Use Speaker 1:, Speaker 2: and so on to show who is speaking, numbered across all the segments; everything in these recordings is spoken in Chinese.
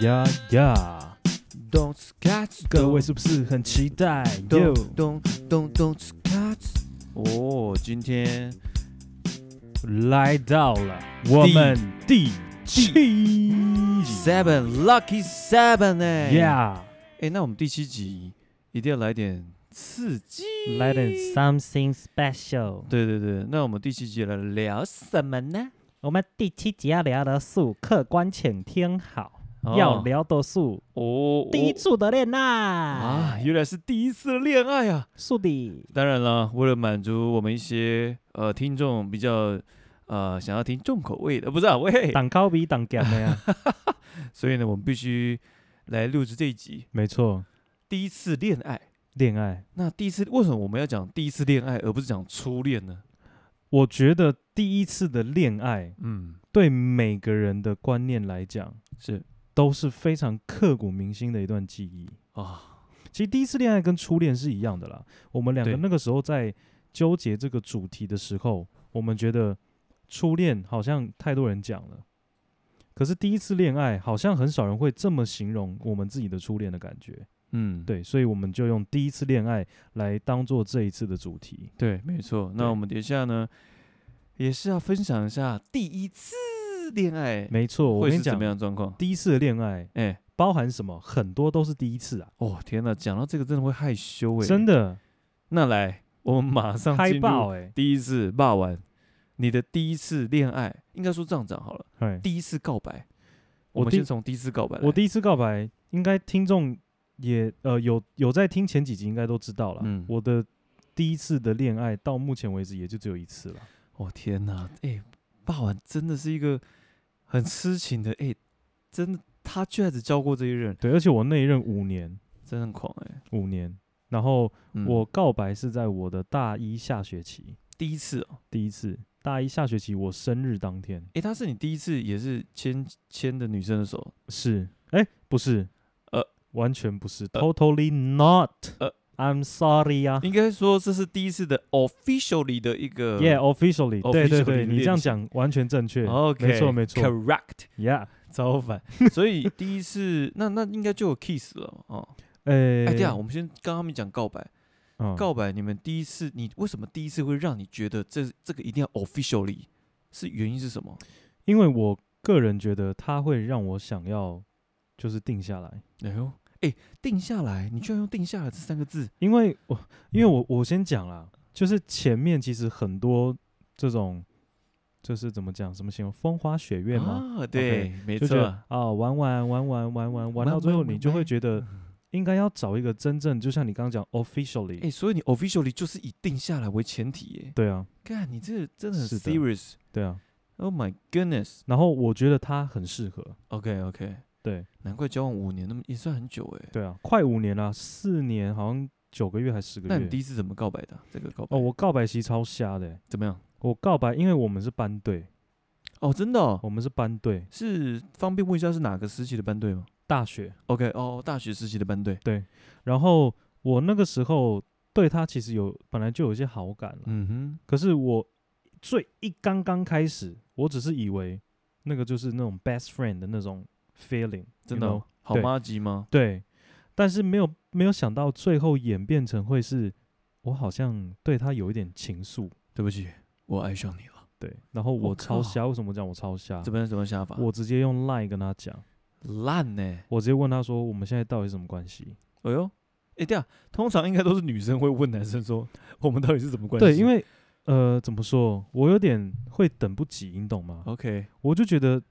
Speaker 1: 呀呀！
Speaker 2: 咚次咔次，
Speaker 1: 各位是不是很期待
Speaker 2: 咚
Speaker 1: 哟？
Speaker 2: 咚咚咚次咔次。哦，今天
Speaker 1: 来到了我们第七集
Speaker 2: seven lucky seven 哎、
Speaker 1: 呀，
Speaker 2: 哎、那我们第七集一定要来点刺激。
Speaker 1: 来点 something special。
Speaker 2: 对对对，那我们第七集来聊什么呢？
Speaker 1: 我们第七集要聊的是客观，请听好，
Speaker 2: 哦
Speaker 1: 要聊的是
Speaker 2: 哦，
Speaker 1: 第一
Speaker 2: 哦
Speaker 1: 次的恋
Speaker 2: 啊，
Speaker 1: 爱。
Speaker 2: 原来是第一次的恋爱啊！
Speaker 1: 是的，
Speaker 2: 当然了，为了满足我们一些呃听众比较呃想要听重口味的，不是啊喂，
Speaker 1: 挡高比挡干的呀，
Speaker 2: 所以呢，我们必须来录制这一集
Speaker 1: 没错，
Speaker 2: 第一次恋爱。
Speaker 1: 恋爱。
Speaker 2: 那第一次为什么我们要讲第一次恋爱，而不是讲初恋呢？
Speaker 1: 我觉得第一次的恋爱
Speaker 2: 嗯，
Speaker 1: 对每个人的观念来讲
Speaker 2: 是
Speaker 1: 都是非常刻骨铭心的一段记忆。
Speaker 2: 啊，
Speaker 1: 其实第一次恋爱跟初恋是一样的啦。我们两个
Speaker 2: 对
Speaker 1: 那个时候在纠结这个主题的时候，我们觉得初恋好像太多人讲了，可是第一次恋爱好像很少人会这么形容我们自己的初恋的感觉。
Speaker 2: 嗯，
Speaker 1: 对，所以我们就用第一次恋爱来当做这一次的主题。
Speaker 2: 对，没错。
Speaker 1: 对
Speaker 2: 那我们等一下呢，也是要分享一下第一次恋爱
Speaker 1: 没错，我
Speaker 2: 会
Speaker 1: 跟
Speaker 2: 是
Speaker 1: 你
Speaker 2: 怎
Speaker 1: 讲
Speaker 2: 么，样的状况。
Speaker 1: 第一次的恋爱
Speaker 2: 哎、
Speaker 1: 包含什么？很多都是第一次啊，
Speaker 2: 哦天哪，讲到这个真的会害羞哎、
Speaker 1: 真
Speaker 2: 的。
Speaker 1: 的
Speaker 2: 那来，我们马上
Speaker 1: 嗨
Speaker 2: 进入
Speaker 1: 爆哎、
Speaker 2: 第一次霸完你的第一次恋爱，应该说这样讲好了，
Speaker 1: 欸！
Speaker 2: 第一次告白。
Speaker 1: 我
Speaker 2: 我们
Speaker 1: 第
Speaker 2: 先从第一次告白来。
Speaker 1: 我第一次告白，应该听众也呃有有在听前几集，应该都知道了。
Speaker 2: 嗯
Speaker 1: 我的第一次的恋爱到目前为止也就只有一次了。
Speaker 2: 我、天哪，哎、霸王真的是一个很痴情的，哎、真的，他居然只交过这一任，
Speaker 1: 对，而且我那一任五年，
Speaker 2: 真的很狂哎、
Speaker 1: 五年。然后
Speaker 2: 嗯
Speaker 1: 我告白是在我的大一下学期，
Speaker 2: 第一次哦，
Speaker 1: 第一次大一下学期我生日当天
Speaker 2: 哎、他是你第一次也是牵牵的女生的手，
Speaker 1: 是，哎，不是，
Speaker 2: 呃，
Speaker 1: 完全不是、t
Speaker 2: 呃
Speaker 1: o t a l l y not，
Speaker 2: 呃
Speaker 1: ，I'm sorry 啊。
Speaker 2: 应该说这是第一次的 officially 的一个哦
Speaker 1: Yeah, officially，对对
Speaker 2: 呃 officially
Speaker 1: 对，你
Speaker 2: 练
Speaker 1: 这样
Speaker 2: 习
Speaker 1: 讲完全正确。
Speaker 2: OK，
Speaker 1: 哦没错没错
Speaker 2: ，correct，
Speaker 1: Yeah，
Speaker 2: 超烦。所以第一次，那那应该就有 kiss 了哦。
Speaker 1: 呃，
Speaker 2: 哎、对啊，我们先刚刚没讲告白，
Speaker 1: 嗯
Speaker 2: 告白，你们第一次，你为什么第一次会让你觉得这这个一定要 officially？是原因是什么？
Speaker 1: 因为我个人觉得它会让我想要就是定下来，
Speaker 2: 哎呦，哎、定下来，你居然用“定下来”这三个字，
Speaker 1: 因为我
Speaker 2: 嗯
Speaker 1: 因为我我先讲啦，就是前面其实很多这种就是怎么讲，什么形容风花雪月嘛，
Speaker 2: 啊，对没
Speaker 1: 就觉
Speaker 2: 错
Speaker 1: 得，啊玩玩玩玩玩玩玩到
Speaker 2: 玩
Speaker 1: 最后，
Speaker 2: 玩
Speaker 1: 你
Speaker 2: 玩
Speaker 1: 就会
Speaker 2: 玩
Speaker 1: 觉得应该要找一个真正，就像你刚刚讲 officially，、
Speaker 2: 哎、所以你 officially 就是以定下来为前提耶。
Speaker 1: 对啊
Speaker 2: 看你这个真的很
Speaker 1: 是的
Speaker 2: serious。
Speaker 1: 对啊，
Speaker 2: Oh my goodness。
Speaker 1: 然后我觉得它很适合，
Speaker 2: OK OK，
Speaker 1: 对
Speaker 2: 难怪交往五年，那么也算很久哎。
Speaker 1: 对啊，快五年啦，四年好像九个月还是十个
Speaker 2: 那你
Speaker 1: 月
Speaker 2: 第。一次怎么告白的啊、这个告白
Speaker 1: 哦，我告白其实超瞎的欸、
Speaker 2: 怎么样？
Speaker 1: 我告白，因为我们是班队，
Speaker 2: 哦，真的、哦，
Speaker 1: 我们是班队，
Speaker 2: 是方便问一下是哪个时期的班队吗
Speaker 1: 大学。
Speaker 2: ？OK，哦，大学时期的班队。
Speaker 1: 然后我那个时候对他其实有本来就有一些好感了，
Speaker 2: 嗯
Speaker 1: 可是我最一刚刚开始，我只是以为那个就是那种 best friend 的那种 feeling，
Speaker 2: 哼，真的
Speaker 1: you
Speaker 2: 哦、
Speaker 1: know？
Speaker 2: 好
Speaker 1: 对
Speaker 2: 妈吉吗？
Speaker 1: 对，但是没有没有想到最后演变成会是我好像对他有一点情愫，
Speaker 2: 对不起，我爱上你了。
Speaker 1: 对，然后我
Speaker 2: 我
Speaker 1: 超
Speaker 2: 靠
Speaker 1: 瞎，为什么讲我超瞎
Speaker 2: 这？边怎么想法？
Speaker 1: 我直接用 line 跟他讲，
Speaker 2: 烂呢、
Speaker 1: 我直接问他说我们现在到底是什么关系？
Speaker 2: 哎呦，哎对啊，通常应该都是女生会问男生说，我们到底是怎么关系？
Speaker 1: 对，因为呃，怎么说，我有点会等不及，你懂吗？
Speaker 2: OK
Speaker 1: 我就觉得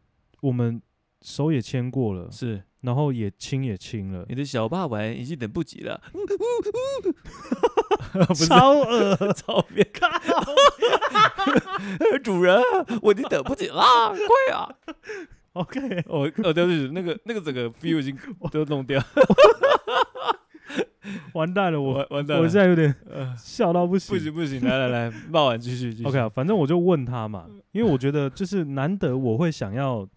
Speaker 1: 我们手也牵过了，
Speaker 2: 是
Speaker 1: 然后也亲也亲了
Speaker 2: 你，的小霸王已经等不及 了，不是
Speaker 1: 恶
Speaker 2: 超别看，主人，我已经等不及了，快啊！
Speaker 1: ，OK，
Speaker 2: 我哦对不起，那个那个整个 feel 已经都弄掉，
Speaker 1: 完蛋了，我
Speaker 2: 完完蛋了，
Speaker 1: 我现在有点
Speaker 2: 呃
Speaker 1: 笑到不行。
Speaker 2: 不行不行，来来来，霸王继续继续
Speaker 1: OK 啊，反正我就问他嘛，
Speaker 2: 嗯
Speaker 1: 因为我觉得就是难得我会想要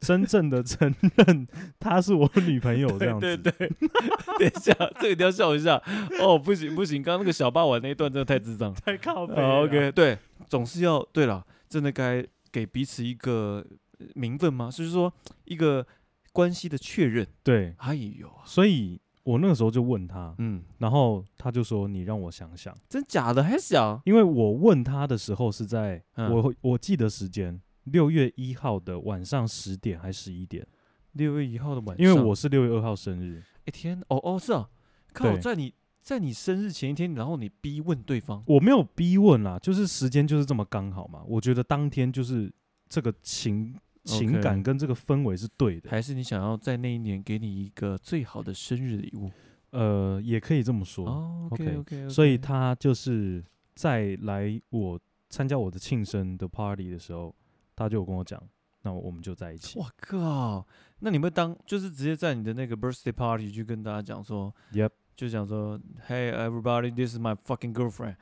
Speaker 1: 真正的承认她是我女朋友这样子，
Speaker 2: 对对对， 等一下，这个一定要笑一下。哦，不行不行，刚刚那个小霸王那一段真的太智障了。
Speaker 1: 太靠北
Speaker 2: 哦
Speaker 1: 了
Speaker 2: OK，对，总是要对了，真的该给彼此一个呃名分吗？就是说一个关系的确认。
Speaker 1: 对，
Speaker 2: 哎呦，
Speaker 1: 所以我那个时候就问他，
Speaker 2: 嗯，
Speaker 1: 然后他就说：“你让我想想。
Speaker 2: 真假的还想”
Speaker 1: 因为我问他的时候是在、
Speaker 2: 嗯
Speaker 1: 我我记得时间六月一号的晚上十点还十一点，
Speaker 2: 六月一号的晚上，
Speaker 1: 因为我是六月二号生日，
Speaker 2: 哎、天，哦哦是啊，靠，
Speaker 1: 对
Speaker 2: 在你在你生日前一天，然后你逼问对方，
Speaker 1: 我没有逼问啦，就是时间就是这么刚好嘛。我觉得当天就是这个情情
Speaker 2: OK
Speaker 1: 感跟这个氛围是对的，
Speaker 2: 还是你想要在那一年给你一个最好的生日礼物？
Speaker 1: 呃，也可以这么说。
Speaker 2: 哦
Speaker 1: OK，
Speaker 2: ，OK OK，
Speaker 1: 所以他就是在来我参加我的庆生的 party 的时候，他就有跟我讲，那我们就在一起。
Speaker 2: 我靠，那你们当就是直接在你的那个 birthday party 去跟大家讲说
Speaker 1: Yep
Speaker 2: 就讲说，Hey everybody，this is my fucking girlfriend。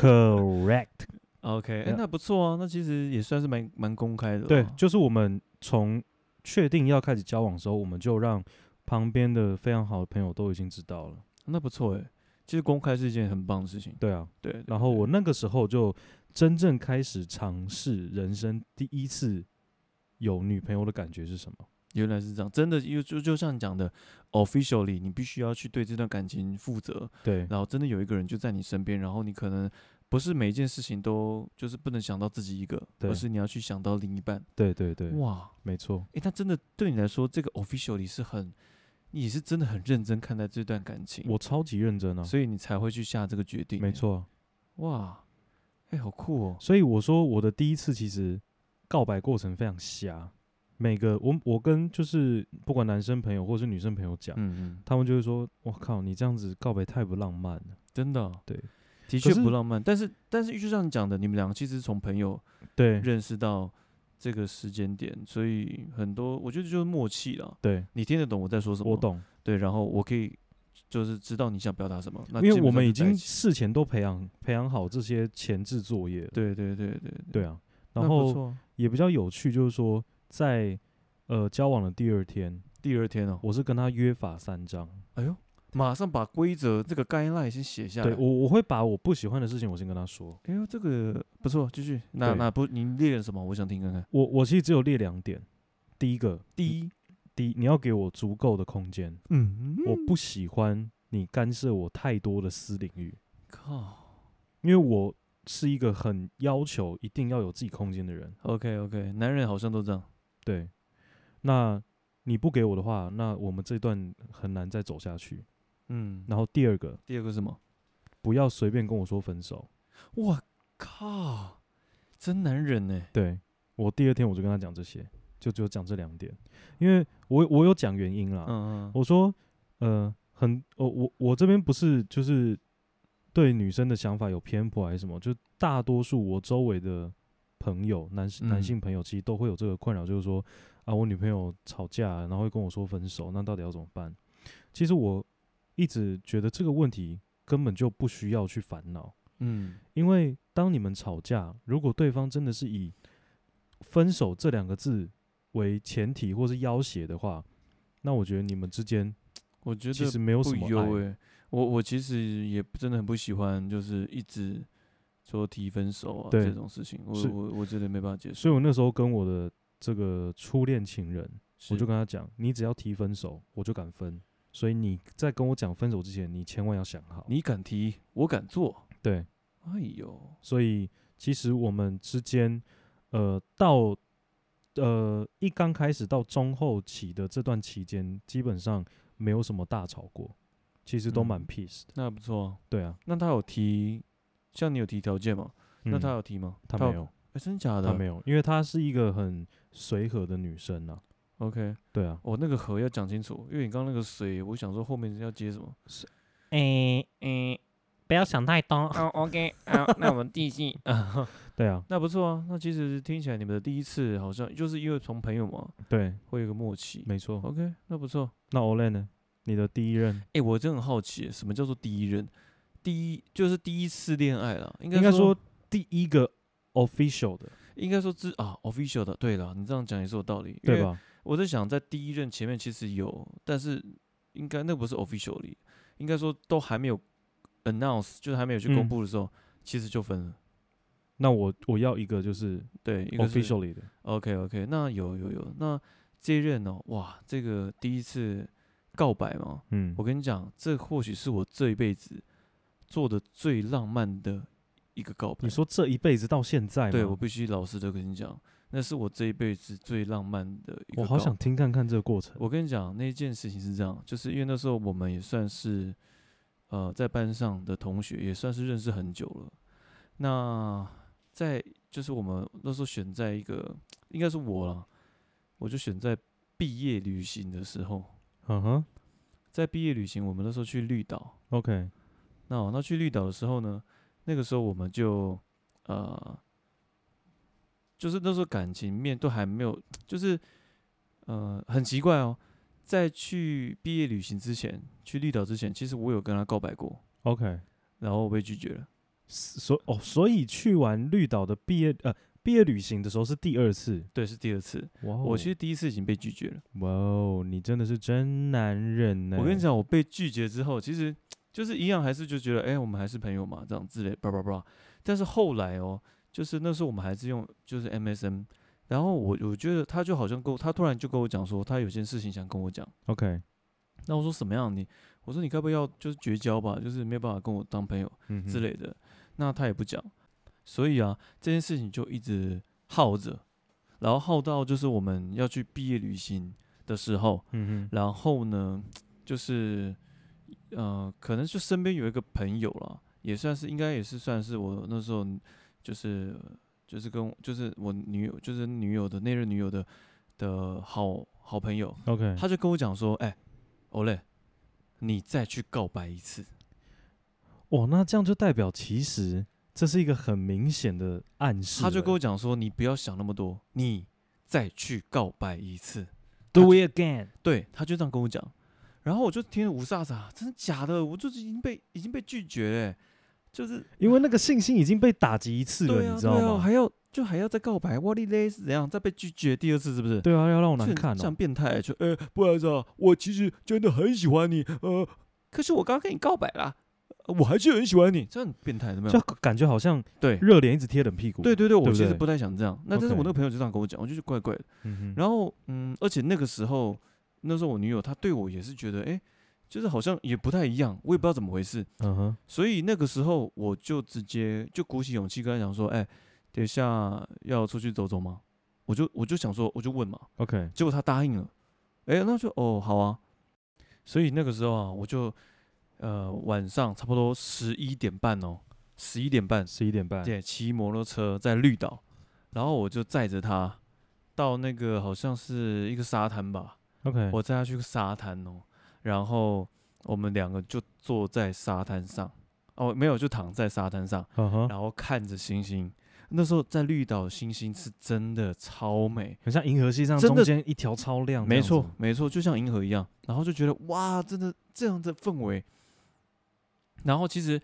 Speaker 1: Correct，
Speaker 2: OK，哎、
Speaker 1: Yeah
Speaker 2: 那不错啊，那其实也算是蛮蛮公开的啊啦。
Speaker 1: 对，就是我们从确定要开始交往的时候，我们就让旁边的非常好的朋友都已经知道了。
Speaker 2: 那不错哎、其实公开是一件很棒的事情。
Speaker 1: 对啊，
Speaker 2: 对，对
Speaker 1: 然后
Speaker 2: 对
Speaker 1: 我那个时候就真正开始尝试人生第一次有女朋友的感觉是什么？
Speaker 2: 原来是这样，真的就就就像你讲的，officially 你必须要去对这段感情负责，
Speaker 1: 对，
Speaker 2: 然后真的有一个人就在你身边，然后你可能不是每一件事情都就是不能想到自己一个，
Speaker 1: 对
Speaker 2: 而是你要去想到另一半。
Speaker 1: 对对对，
Speaker 2: 哇，
Speaker 1: 没错，
Speaker 2: 诶，那真的对你来说，这个 officially 是很，你也是真的很认真看待这段感情，
Speaker 1: 我超级认真啊，
Speaker 2: 所以你才会去下这个决定。欸
Speaker 1: 没，错啊。
Speaker 2: 哇，诶，好酷哦。
Speaker 1: 所以我说我的第一次其实告白过程非常瞎，每个我我跟就是不管男生朋友或是女生朋友讲，
Speaker 2: 嗯嗯，
Speaker 1: 他们就会说：“我靠，你这样子告白太不浪漫了。
Speaker 2: 真的哦、
Speaker 1: 对
Speaker 2: 的
Speaker 1: 可
Speaker 2: 确
Speaker 1: 是
Speaker 2: 不浪漫，但是但是就像你讲的，你们两个其实是从朋友
Speaker 1: 对”对
Speaker 2: 认识到这个时间点，所以很多我觉得就是默契了。
Speaker 1: 对，
Speaker 2: 你听得懂我在说什么？
Speaker 1: 我。懂，
Speaker 2: 对，然后我可以就是知道你想表达什么。那
Speaker 1: 因为
Speaker 2: 基本
Speaker 1: 我
Speaker 2: 上
Speaker 1: 们
Speaker 2: 就
Speaker 1: 已
Speaker 2: 在一
Speaker 1: 经
Speaker 2: 起
Speaker 1: 事前都培养培养好这些前置作业了。
Speaker 2: 对对对对
Speaker 1: 对啊，
Speaker 2: 那
Speaker 1: 然
Speaker 2: 不
Speaker 1: 后
Speaker 2: 错啊
Speaker 1: 也比较有趣，就是说在呃交往的第二天，
Speaker 2: 第二天哦，
Speaker 1: 我是跟他约法三章。
Speaker 2: 哎呦，马上把规则这个 guideline 先写下来。
Speaker 1: 对我我会把我不喜欢的事情我先跟他说。
Speaker 2: 哎呦，这个不错，继续。那
Speaker 1: 对
Speaker 2: 那不，您列了什么？我想听看看。
Speaker 1: 我我其实只有列两点，第一个
Speaker 2: 第一，
Speaker 1: 第一，你要给我足够的空间，
Speaker 2: 嗯
Speaker 1: 我不喜欢你干涉我太多的私领域，
Speaker 2: 靠。
Speaker 1: 因为我是一个很要求一定要有自己空间的人。
Speaker 2: OK OK，男人好像都这样。
Speaker 1: 对，那你不给我的话，那我们这段很难再走下去。
Speaker 2: 嗯，
Speaker 1: 然后第二个，
Speaker 2: 第二个是什么？
Speaker 1: 不要随便跟我说分手。
Speaker 2: 我靠，真男人欸呢。
Speaker 1: 对我第二天我就跟他讲这些，就只有讲这两点，因为我我有讲原因啦。
Speaker 2: 嗯嗯，
Speaker 1: 啊我说，呃，很，我我我这边不是就是对女生的想法有偏颇还是什么，就大多数我周围的朋友，男性男
Speaker 2: 嗯
Speaker 1: 性朋友其实都会有这个困扰，就是说啊，我女朋友吵架，啊然后会跟我说分手，那到底要怎么办？其实我一直觉得这个问题根本就不需要去烦恼，
Speaker 2: 嗯，
Speaker 1: 因为当你们吵架，如果对方真的是以分手这两个字为前提或是要挟的话，那我觉得你们之间
Speaker 2: 我觉
Speaker 1: 其
Speaker 2: 得
Speaker 1: 实没有什
Speaker 2: 不
Speaker 1: 么
Speaker 2: 优
Speaker 1: 爱。
Speaker 2: 诶、我我其实也真的很不喜欢，就是一直说提分手啊
Speaker 1: 对
Speaker 2: 这种事情，我
Speaker 1: 是
Speaker 2: 我我真的没办法接受。
Speaker 1: 所以我那时候跟我的这个初恋情人，我
Speaker 2: 是
Speaker 1: 就跟他讲，你只要提分手，我就敢分。所以你在跟我讲分手之前，你千万要想好。
Speaker 2: 你敢提，我敢做。
Speaker 1: 对，
Speaker 2: 哎呦，
Speaker 1: 所以其实我们之间，呃，到呃一刚开始到中后期的这段期间，基本上没有什么大吵过，其实都蛮
Speaker 2: 嗯
Speaker 1: peace 的。
Speaker 2: 那还不错啊。
Speaker 1: 对啊，
Speaker 2: 那他有提，像你有提条件吗？那
Speaker 1: 嗯
Speaker 2: 他有提吗？
Speaker 1: 他
Speaker 2: 有
Speaker 1: 没，有，
Speaker 2: 哎、真假的？
Speaker 1: 他没有，因为她是一个很随和的女生啊。
Speaker 2: OK，
Speaker 1: 对啊，
Speaker 2: 哦，那个和要讲清楚，因为你刚刚那个水，我想说后面要接什 么。
Speaker 3: 诶诶，
Speaker 1: 不要想太多。
Speaker 3: 好，OK，好，那我们继续。
Speaker 1: 对啊，
Speaker 2: 那不错啊，那其实听起来你们的第一次好像就是因为从朋友嘛，
Speaker 1: 对，
Speaker 2: 会有个默契。
Speaker 1: 没错。
Speaker 2: OK，那不错。
Speaker 1: 那 Olen 呢？你的第一任
Speaker 2: 哎、我真的很好奇，什么叫做第一任？第一就是第一次恋爱啦，应该
Speaker 1: 应该
Speaker 2: 说
Speaker 1: 说第一个 official 的，
Speaker 2: 应该说之啊 official 的。对了，你这样讲也是有道理，
Speaker 1: 对？吧？
Speaker 2: 我在想，在第一任前面其实有，但是应该那不是 officially，应该说都还没有 announce，就是还没有去
Speaker 1: 嗯
Speaker 2: 公布的时候，其实就分了。
Speaker 1: 那我我要一个就是
Speaker 2: 对，一个是
Speaker 1: officially 的，
Speaker 2: OK OK，那有有有，那这一任哦，哇，这个第一次告白嘛，
Speaker 1: 嗯，
Speaker 2: 我跟你讲，这或许是我这一辈子做的最浪漫的一个告白。
Speaker 1: 你说这一辈子到现在吗，
Speaker 2: 对，我必须老实的跟你讲，那是我这一辈子最浪漫的一个。
Speaker 1: 我好想，听看看这个过程。
Speaker 2: 我跟你讲，那件事情是这样，就是因为那时候我们也算是，呃，在班上的同学也算是认识很久了。那在就是我们那时候选在一个，应该是我啦，我就选在毕业旅行的时候，
Speaker 1: 嗯哼
Speaker 2: 在毕业旅行，我们那时候去绿岛，
Speaker 1: ，OK，
Speaker 2: 那哦那去绿岛的时候呢，那个时候我们就呃，就是那时候感情面都还没有，就是呃很奇怪哦，在去毕业旅行之前，去绿岛之前，其实我有跟他告白过，
Speaker 1: OK，
Speaker 2: 然后我被拒绝了。
Speaker 1: 所哦，所以去完绿岛的毕业呃毕业旅行的时候是第二次，
Speaker 2: 对，是第二次，
Speaker 1: 哇、哦，
Speaker 2: 我其实第一次已经被拒绝了。
Speaker 1: 哇哦，你真的是真男人呢！
Speaker 2: 我跟你，讲，我被拒绝之后，其实就是一样，还是就觉得，哎、我们还是朋友嘛，这样之类，叭叭叭。但是后来哦，就是那时候我们还是用就是 MSN，然后我我觉得他就好像跟我，他突然就跟我讲说，他有件事情想跟我讲。
Speaker 1: OK，嗯
Speaker 2: 那我说什么样你？我说你该不会要就是绝交吧，就是没有办法跟我当朋友
Speaker 1: 嗯哼，
Speaker 2: 之类的。那他也不讲，所以啊，这件事情就一直耗着，然后耗到就是我们要去毕业旅行的时候，
Speaker 1: 嗯哼，
Speaker 2: 然后呢，就是呃，可能就身边有一个朋友啦，也算是应该也是算是我那时候就是就是跟就是我女友就是女友的那任女友的的好好朋友，
Speaker 1: ，OK，
Speaker 2: 他就跟我讲说，哎、欧嘞，你再去告白一次。
Speaker 1: 哇，那这样就代表其实这是一个很明显的暗示了。
Speaker 2: 他就跟我讲说，你不要想那么多，你再去告白一次。
Speaker 1: Do it again，
Speaker 2: 对，他就这样跟我讲，然后我就听了五煞煞，真的假的？我就是已经被已经被拒绝了欸、就是
Speaker 1: 因为那个信心已经被打击一次了，
Speaker 2: 对啊，
Speaker 1: 你知道
Speaker 2: 对啊，
Speaker 1: 吗？
Speaker 2: 还要就还要再告白，哇哩嘞是怎样？再被拒绝第二次是不是？
Speaker 1: 对啊，要让我
Speaker 2: 这
Speaker 1: 难看
Speaker 2: 像
Speaker 1: 哦。
Speaker 2: 变态欸就呃、不好意思啊，我其实真的很喜欢你，呃，可是我刚刚跟你告白啦，呃我还是很喜欢你，这样很变态有没
Speaker 1: 就
Speaker 2: 有？
Speaker 1: 感觉好像
Speaker 2: 对
Speaker 1: 热脸一直贴冷屁股。
Speaker 2: 对，对对，我
Speaker 1: 对不
Speaker 2: 其实
Speaker 1: 对
Speaker 2: 不太想这样。那但是我
Speaker 1: OK
Speaker 2: 那个朋友就这样跟我讲，我就觉得怪怪的。
Speaker 1: 嗯哼，
Speaker 2: 然后嗯，而且那个时候，那时候我女友她对我也是觉得，哎、就是好像也不太一样，我也不知道怎么回事。
Speaker 1: 嗯哼，
Speaker 2: 所以那个时候我就直接就鼓起勇气跟他讲说，哎、等一下要出去走走吗？我就我就想说，我就问嘛，
Speaker 1: OK，
Speaker 2: 结果他答应了，哎、那就哦好啊。所以那个时候啊，我就呃晚上差不多十一点半哦，十一点半，
Speaker 1: 十一点半。
Speaker 2: 对，骑摩托车在绿岛，然后我就载着他到那个好像是一个沙滩吧，
Speaker 1: OK，
Speaker 2: 我载他去沙滩哦，然后我们两个就坐在沙滩上，哦，没有，就躺在沙滩上，
Speaker 1: 嗯哼，
Speaker 2: 然后看着星星。那时候在绿岛，星星是真的超美，
Speaker 1: 很像银河系上
Speaker 2: 真
Speaker 1: 中
Speaker 2: 的
Speaker 1: 间一条超亮这
Speaker 2: 没
Speaker 1: 样子。
Speaker 2: 错，没错，就像银河一样。然后就觉得哇，真的这样的氛围。然后其实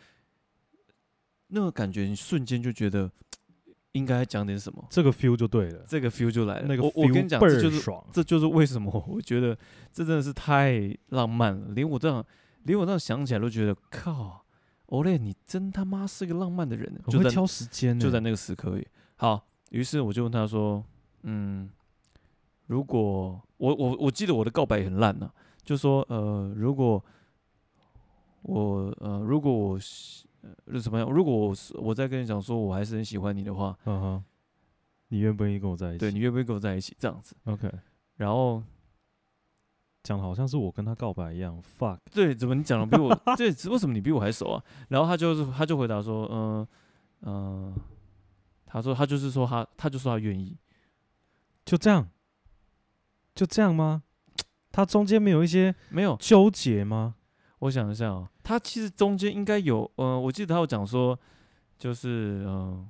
Speaker 2: 那个感觉，你瞬间就觉得应该讲点什么，
Speaker 1: 这个 feel 就对了，
Speaker 2: 这个 feel 就来了。
Speaker 1: 那个
Speaker 2: 呃我我
Speaker 1: feel
Speaker 2: 跟你讲，
Speaker 1: 倍
Speaker 2: 这
Speaker 1: 儿
Speaker 2: 就是
Speaker 1: 爽。
Speaker 2: 这就是为什么我觉得这真的是太浪漫了，连我这样，连我这样想起来都觉得靠，欧雷，你真他妈是个浪漫的人，
Speaker 1: 很
Speaker 2: 就
Speaker 1: 会
Speaker 2: 在
Speaker 1: 挑时间呢，
Speaker 2: 就在那个时刻而已。好，于是我就问他说，嗯，如果我我我记得我的告白也很烂呐、就说呃，如果我呃，如果我喜呃怎么样，如果我是我在跟你讲说我还是很喜欢你的话，
Speaker 1: 嗯哼，你愿不愿意跟我在一起？
Speaker 2: 对你愿不愿意跟我在一起这样子？
Speaker 1: ，OK，
Speaker 2: 然后
Speaker 1: 讲的好像是我跟他告白一样，fuck，
Speaker 2: 对，怎么你讲的比我这为什么你比我还熟啊？然后他就是他就回答说，嗯、嗯、他说他就是说他他就说他愿意，
Speaker 1: 就这样，就这样吗？他中间没有一些
Speaker 2: 没有，
Speaker 1: 纠结吗？
Speaker 2: 我想一下哦，他其实中间应该有，呃，我记得他有讲说，就是嗯、呃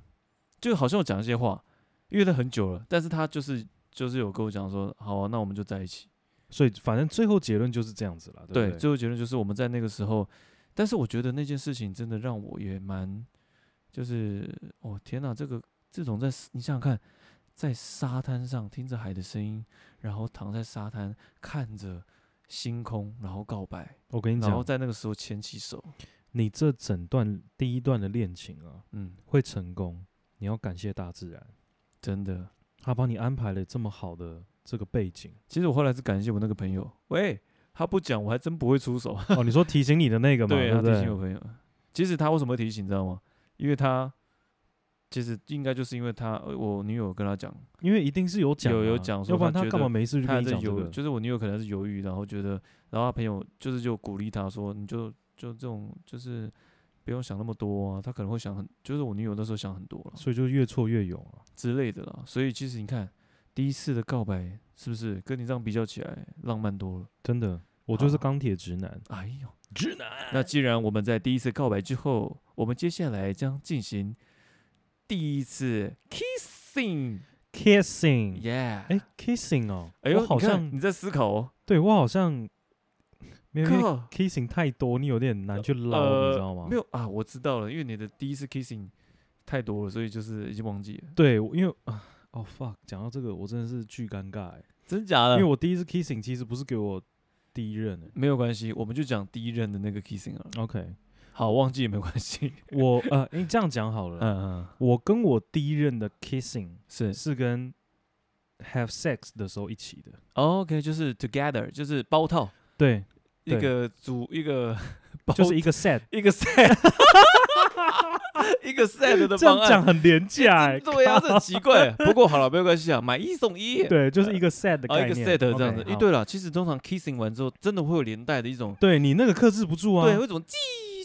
Speaker 2: 就好像有讲一些话，因为他很久了，但是他就是就是有跟我讲说，好啊，那我们就在一起。
Speaker 1: 所以反正最后结论就是这样子啦，对不
Speaker 2: 对，
Speaker 1: 对？
Speaker 2: 最后结论就是我们在那个时候，但是我觉得那件事情真的让我也蛮，就是哦天哪，这个这种在你想想看，在沙滩上听着海的声音，然后躺在沙滩看着星空，然后告白，
Speaker 1: 我跟你
Speaker 2: 然后
Speaker 1: 讲，
Speaker 2: 在那个时候牵起手，
Speaker 1: 你这整段第一段的恋情啊，
Speaker 2: 嗯，
Speaker 1: 会成功，你要感谢大自然，
Speaker 2: 真的
Speaker 1: 他帮你安排了这么好的这个背 景。
Speaker 2: 其实我后来是感谢我那个朋友，喂，他不讲我还真不会出手。
Speaker 1: 哦，你说提醒你的那个嘛，
Speaker 2: 对，
Speaker 1: 对
Speaker 2: 他
Speaker 1: 不
Speaker 2: 提醒
Speaker 1: 对？
Speaker 2: 我朋友。其实他为什么会提醒，你知道吗？因为他其实应该就是因为他，呃我女友跟他讲，
Speaker 1: 因为一定是有讲啊，
Speaker 2: 有有讲说
Speaker 1: 要不然
Speaker 2: 他
Speaker 1: 他
Speaker 2: 觉
Speaker 1: 干
Speaker 2: 得
Speaker 1: 嘛没事就
Speaker 2: 他还
Speaker 1: 跟你
Speaker 2: 在
Speaker 1: 讲这
Speaker 2: 犹，
Speaker 1: 个？
Speaker 2: 就是我女友可能是犹豫，然后觉得，然后他朋友就是就鼓励他说，你就就这种就是不用想那么多啊，他可能会想很，就是我女友那时候想很多了
Speaker 1: 所以就越挫越勇啊。
Speaker 2: 之类的啦。所以其实你看，第一次的告白是不是跟你这样比较起来浪漫多了？
Speaker 1: 真的，我就是
Speaker 2: 好
Speaker 1: 钢铁直男。
Speaker 2: 哎呦，直男！那既然我们在第一次告白之后，我们接下来将进行第一次 kissing，yeah。
Speaker 1: Kissing，哎，kissing 哦，
Speaker 2: 哎呦，
Speaker 1: 我好
Speaker 2: 你看
Speaker 1: 像
Speaker 2: 你在思考哦，
Speaker 1: 对我好像没有因为
Speaker 2: 靠
Speaker 1: kissing 太多，你有点难去捞，
Speaker 2: 呃
Speaker 1: 你知道吗？
Speaker 2: 没有啊，我知道了，因为你的第一次 kissing 太多了，所以就是已经忘记了。
Speaker 1: 对，我因为啊，哦 fuck，讲到这个我真的是巨尴尬、欸，
Speaker 2: 真假
Speaker 1: 因
Speaker 2: 的
Speaker 1: 为我第一次 kissing 其实不是给我第一任、欸、
Speaker 2: 没有关系，我们就讲第一任的那个 kissing 啊。
Speaker 1: ，OK，
Speaker 2: 好，忘记也没关 系。
Speaker 1: 我呃，因为这样讲好了，
Speaker 2: 嗯嗯，
Speaker 1: 我跟我第一任的 kissing
Speaker 2: 是
Speaker 1: 是跟 have sex 的时候一起的，
Speaker 2: 哦 OK，就是 together，就是包套，
Speaker 1: 对，
Speaker 2: 一
Speaker 1: 对
Speaker 2: 个组一 个包，
Speaker 1: 就是一个 set，
Speaker 2: 一个 set，一个 set 的
Speaker 1: 这
Speaker 2: 方
Speaker 1: 样讲
Speaker 2: 案。
Speaker 1: 很廉 价、欸，
Speaker 2: 对呀、啊，
Speaker 1: 靠
Speaker 2: 这很奇怪。不过好了，没有关系啊，买一送一。
Speaker 1: 对，就是一个 set 的
Speaker 2: 哦，一
Speaker 1: 概
Speaker 2: 个
Speaker 1: 念，
Speaker 2: set 这样
Speaker 1: OK，
Speaker 2: 子。诶，
Speaker 1: 好
Speaker 2: 对了，其实通常 kissing 完之后，真的会有连带的一种，
Speaker 1: 对你那个克制不住啊，
Speaker 2: 对，会一种激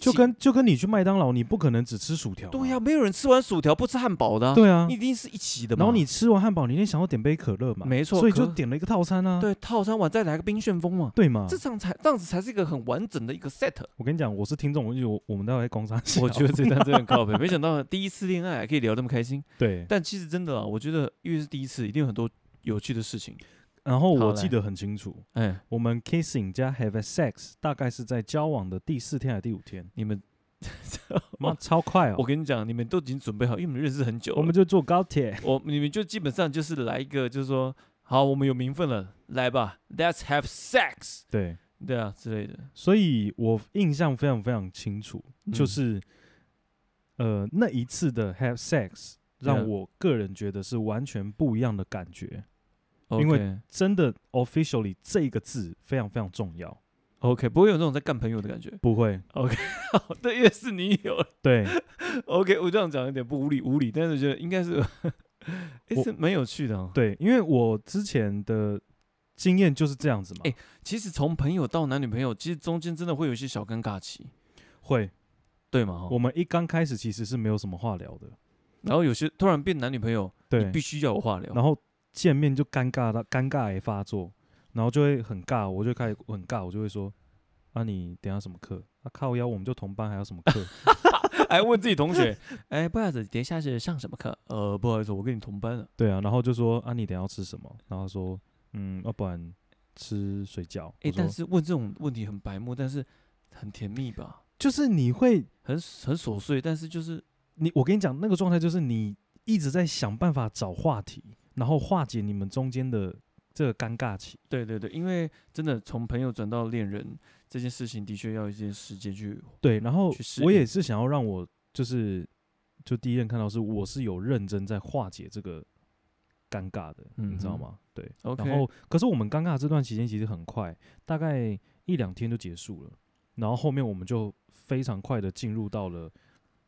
Speaker 1: 就
Speaker 2: 情
Speaker 1: 跟就跟你去麦当劳，你不可能只吃薯条、
Speaker 2: 对呀、，没有人吃完薯条不吃汉堡的、啊，
Speaker 1: 对啊
Speaker 2: 你，一定是一起的嘛。
Speaker 1: 然后你吃完汉堡，你一定想要点杯可乐嘛，
Speaker 2: 没错
Speaker 1: 所以就
Speaker 2: 可
Speaker 1: 点了一个套餐啊，
Speaker 2: 对套餐完再来个冰旋风嘛，
Speaker 1: 对嘛，
Speaker 2: 这样才这样子才是一个很完整的一个 set。
Speaker 1: 我跟你讲，我是听众，我就我我们待会在工商啊小，
Speaker 2: 我觉得这段真的很 靠谱，没想到第一次恋爱还可以聊那么开心。
Speaker 1: 对。
Speaker 2: 但其实真的啊，我觉得因为是第一次，一定有很多有趣的事情。
Speaker 1: 然后
Speaker 2: 好
Speaker 1: 我
Speaker 2: 来
Speaker 1: 记得很清楚，
Speaker 2: 哎，
Speaker 1: 我们 kissing 加 have sex 大概是在交往的第四天还是第五天，
Speaker 2: 你们，
Speaker 1: 妈超快
Speaker 2: 我
Speaker 1: 哦！
Speaker 2: 跟你讲，你们都已经准备好，因为你们认识很久了。
Speaker 1: 我们就坐高 铁，
Speaker 2: 我你们就基本上就是来一个，就是说，好，我们有名分了，来吧，Let's have sex，
Speaker 1: 对，
Speaker 2: 对啊之类的，
Speaker 1: 所以我印象非常非常清楚，就
Speaker 2: 嗯
Speaker 1: 是呃那一次的 have sex 让
Speaker 2: Yeah
Speaker 1: 我个人觉得是完全不一样的感觉，因为
Speaker 2: OK
Speaker 1: 真的 officially 这个字非常非常重要，
Speaker 2: OK，不会有那种在干朋友的感觉。
Speaker 1: 不会
Speaker 2: 哦对，因为是你有。
Speaker 1: 对
Speaker 2: OK，我这样讲有点不无理无理，但是我觉得应该是，诶
Speaker 1: 我
Speaker 2: 是蛮有趣的、哦。，
Speaker 1: 对，因为我之前的经验就是这样子嘛，
Speaker 2: 哎其实从朋友到男女朋友，其实中间真的会有一些小尴尬期，
Speaker 1: 会
Speaker 2: 对吗？
Speaker 1: 我们一刚开始其实是没有什么话聊的，
Speaker 2: 然后有些突然变男女朋友，
Speaker 1: 对
Speaker 2: 必，须要哦有话聊。
Speaker 1: 然后见面就尴尬到尴尬也发作，然后就会很尬，我就开始很尬，我就会说。啊，你等一下什么课？啊靠腰，我们就同班，还有什么课？
Speaker 2: 还问自己同学， 哎，不好意思，等一下是上什么课？呃，不好意思，我跟你同班 了。
Speaker 1: 对啊，然后就说啊，你等一下要吃什么？然后说，嗯，要、不然吃水饺。
Speaker 2: 哎
Speaker 1: 我，
Speaker 2: 但
Speaker 1: 说
Speaker 2: 是问这种问题很白目，但是很甜蜜吧，
Speaker 1: 就是你会，
Speaker 2: 很很琐碎，但是就是
Speaker 1: 你我跟你讲，那个状态就是你一直在想办法找话题，然后化解你们中间的这个尴尬期。
Speaker 2: 对对对，因为真的从朋友转到恋人这件事情，的确要一些时间去
Speaker 1: 对，然后
Speaker 2: 去适
Speaker 1: 我
Speaker 2: 应
Speaker 1: 也是想要让我就是就第一眼看到是我是有认真在化解这个尴尬的，你知道
Speaker 2: 嗯哼
Speaker 1: 吗？对
Speaker 2: OK
Speaker 1: 然后可是我们尴尬这段期间其实很快，大概一两天就结束了，然后后面我们就非常快的进入到了。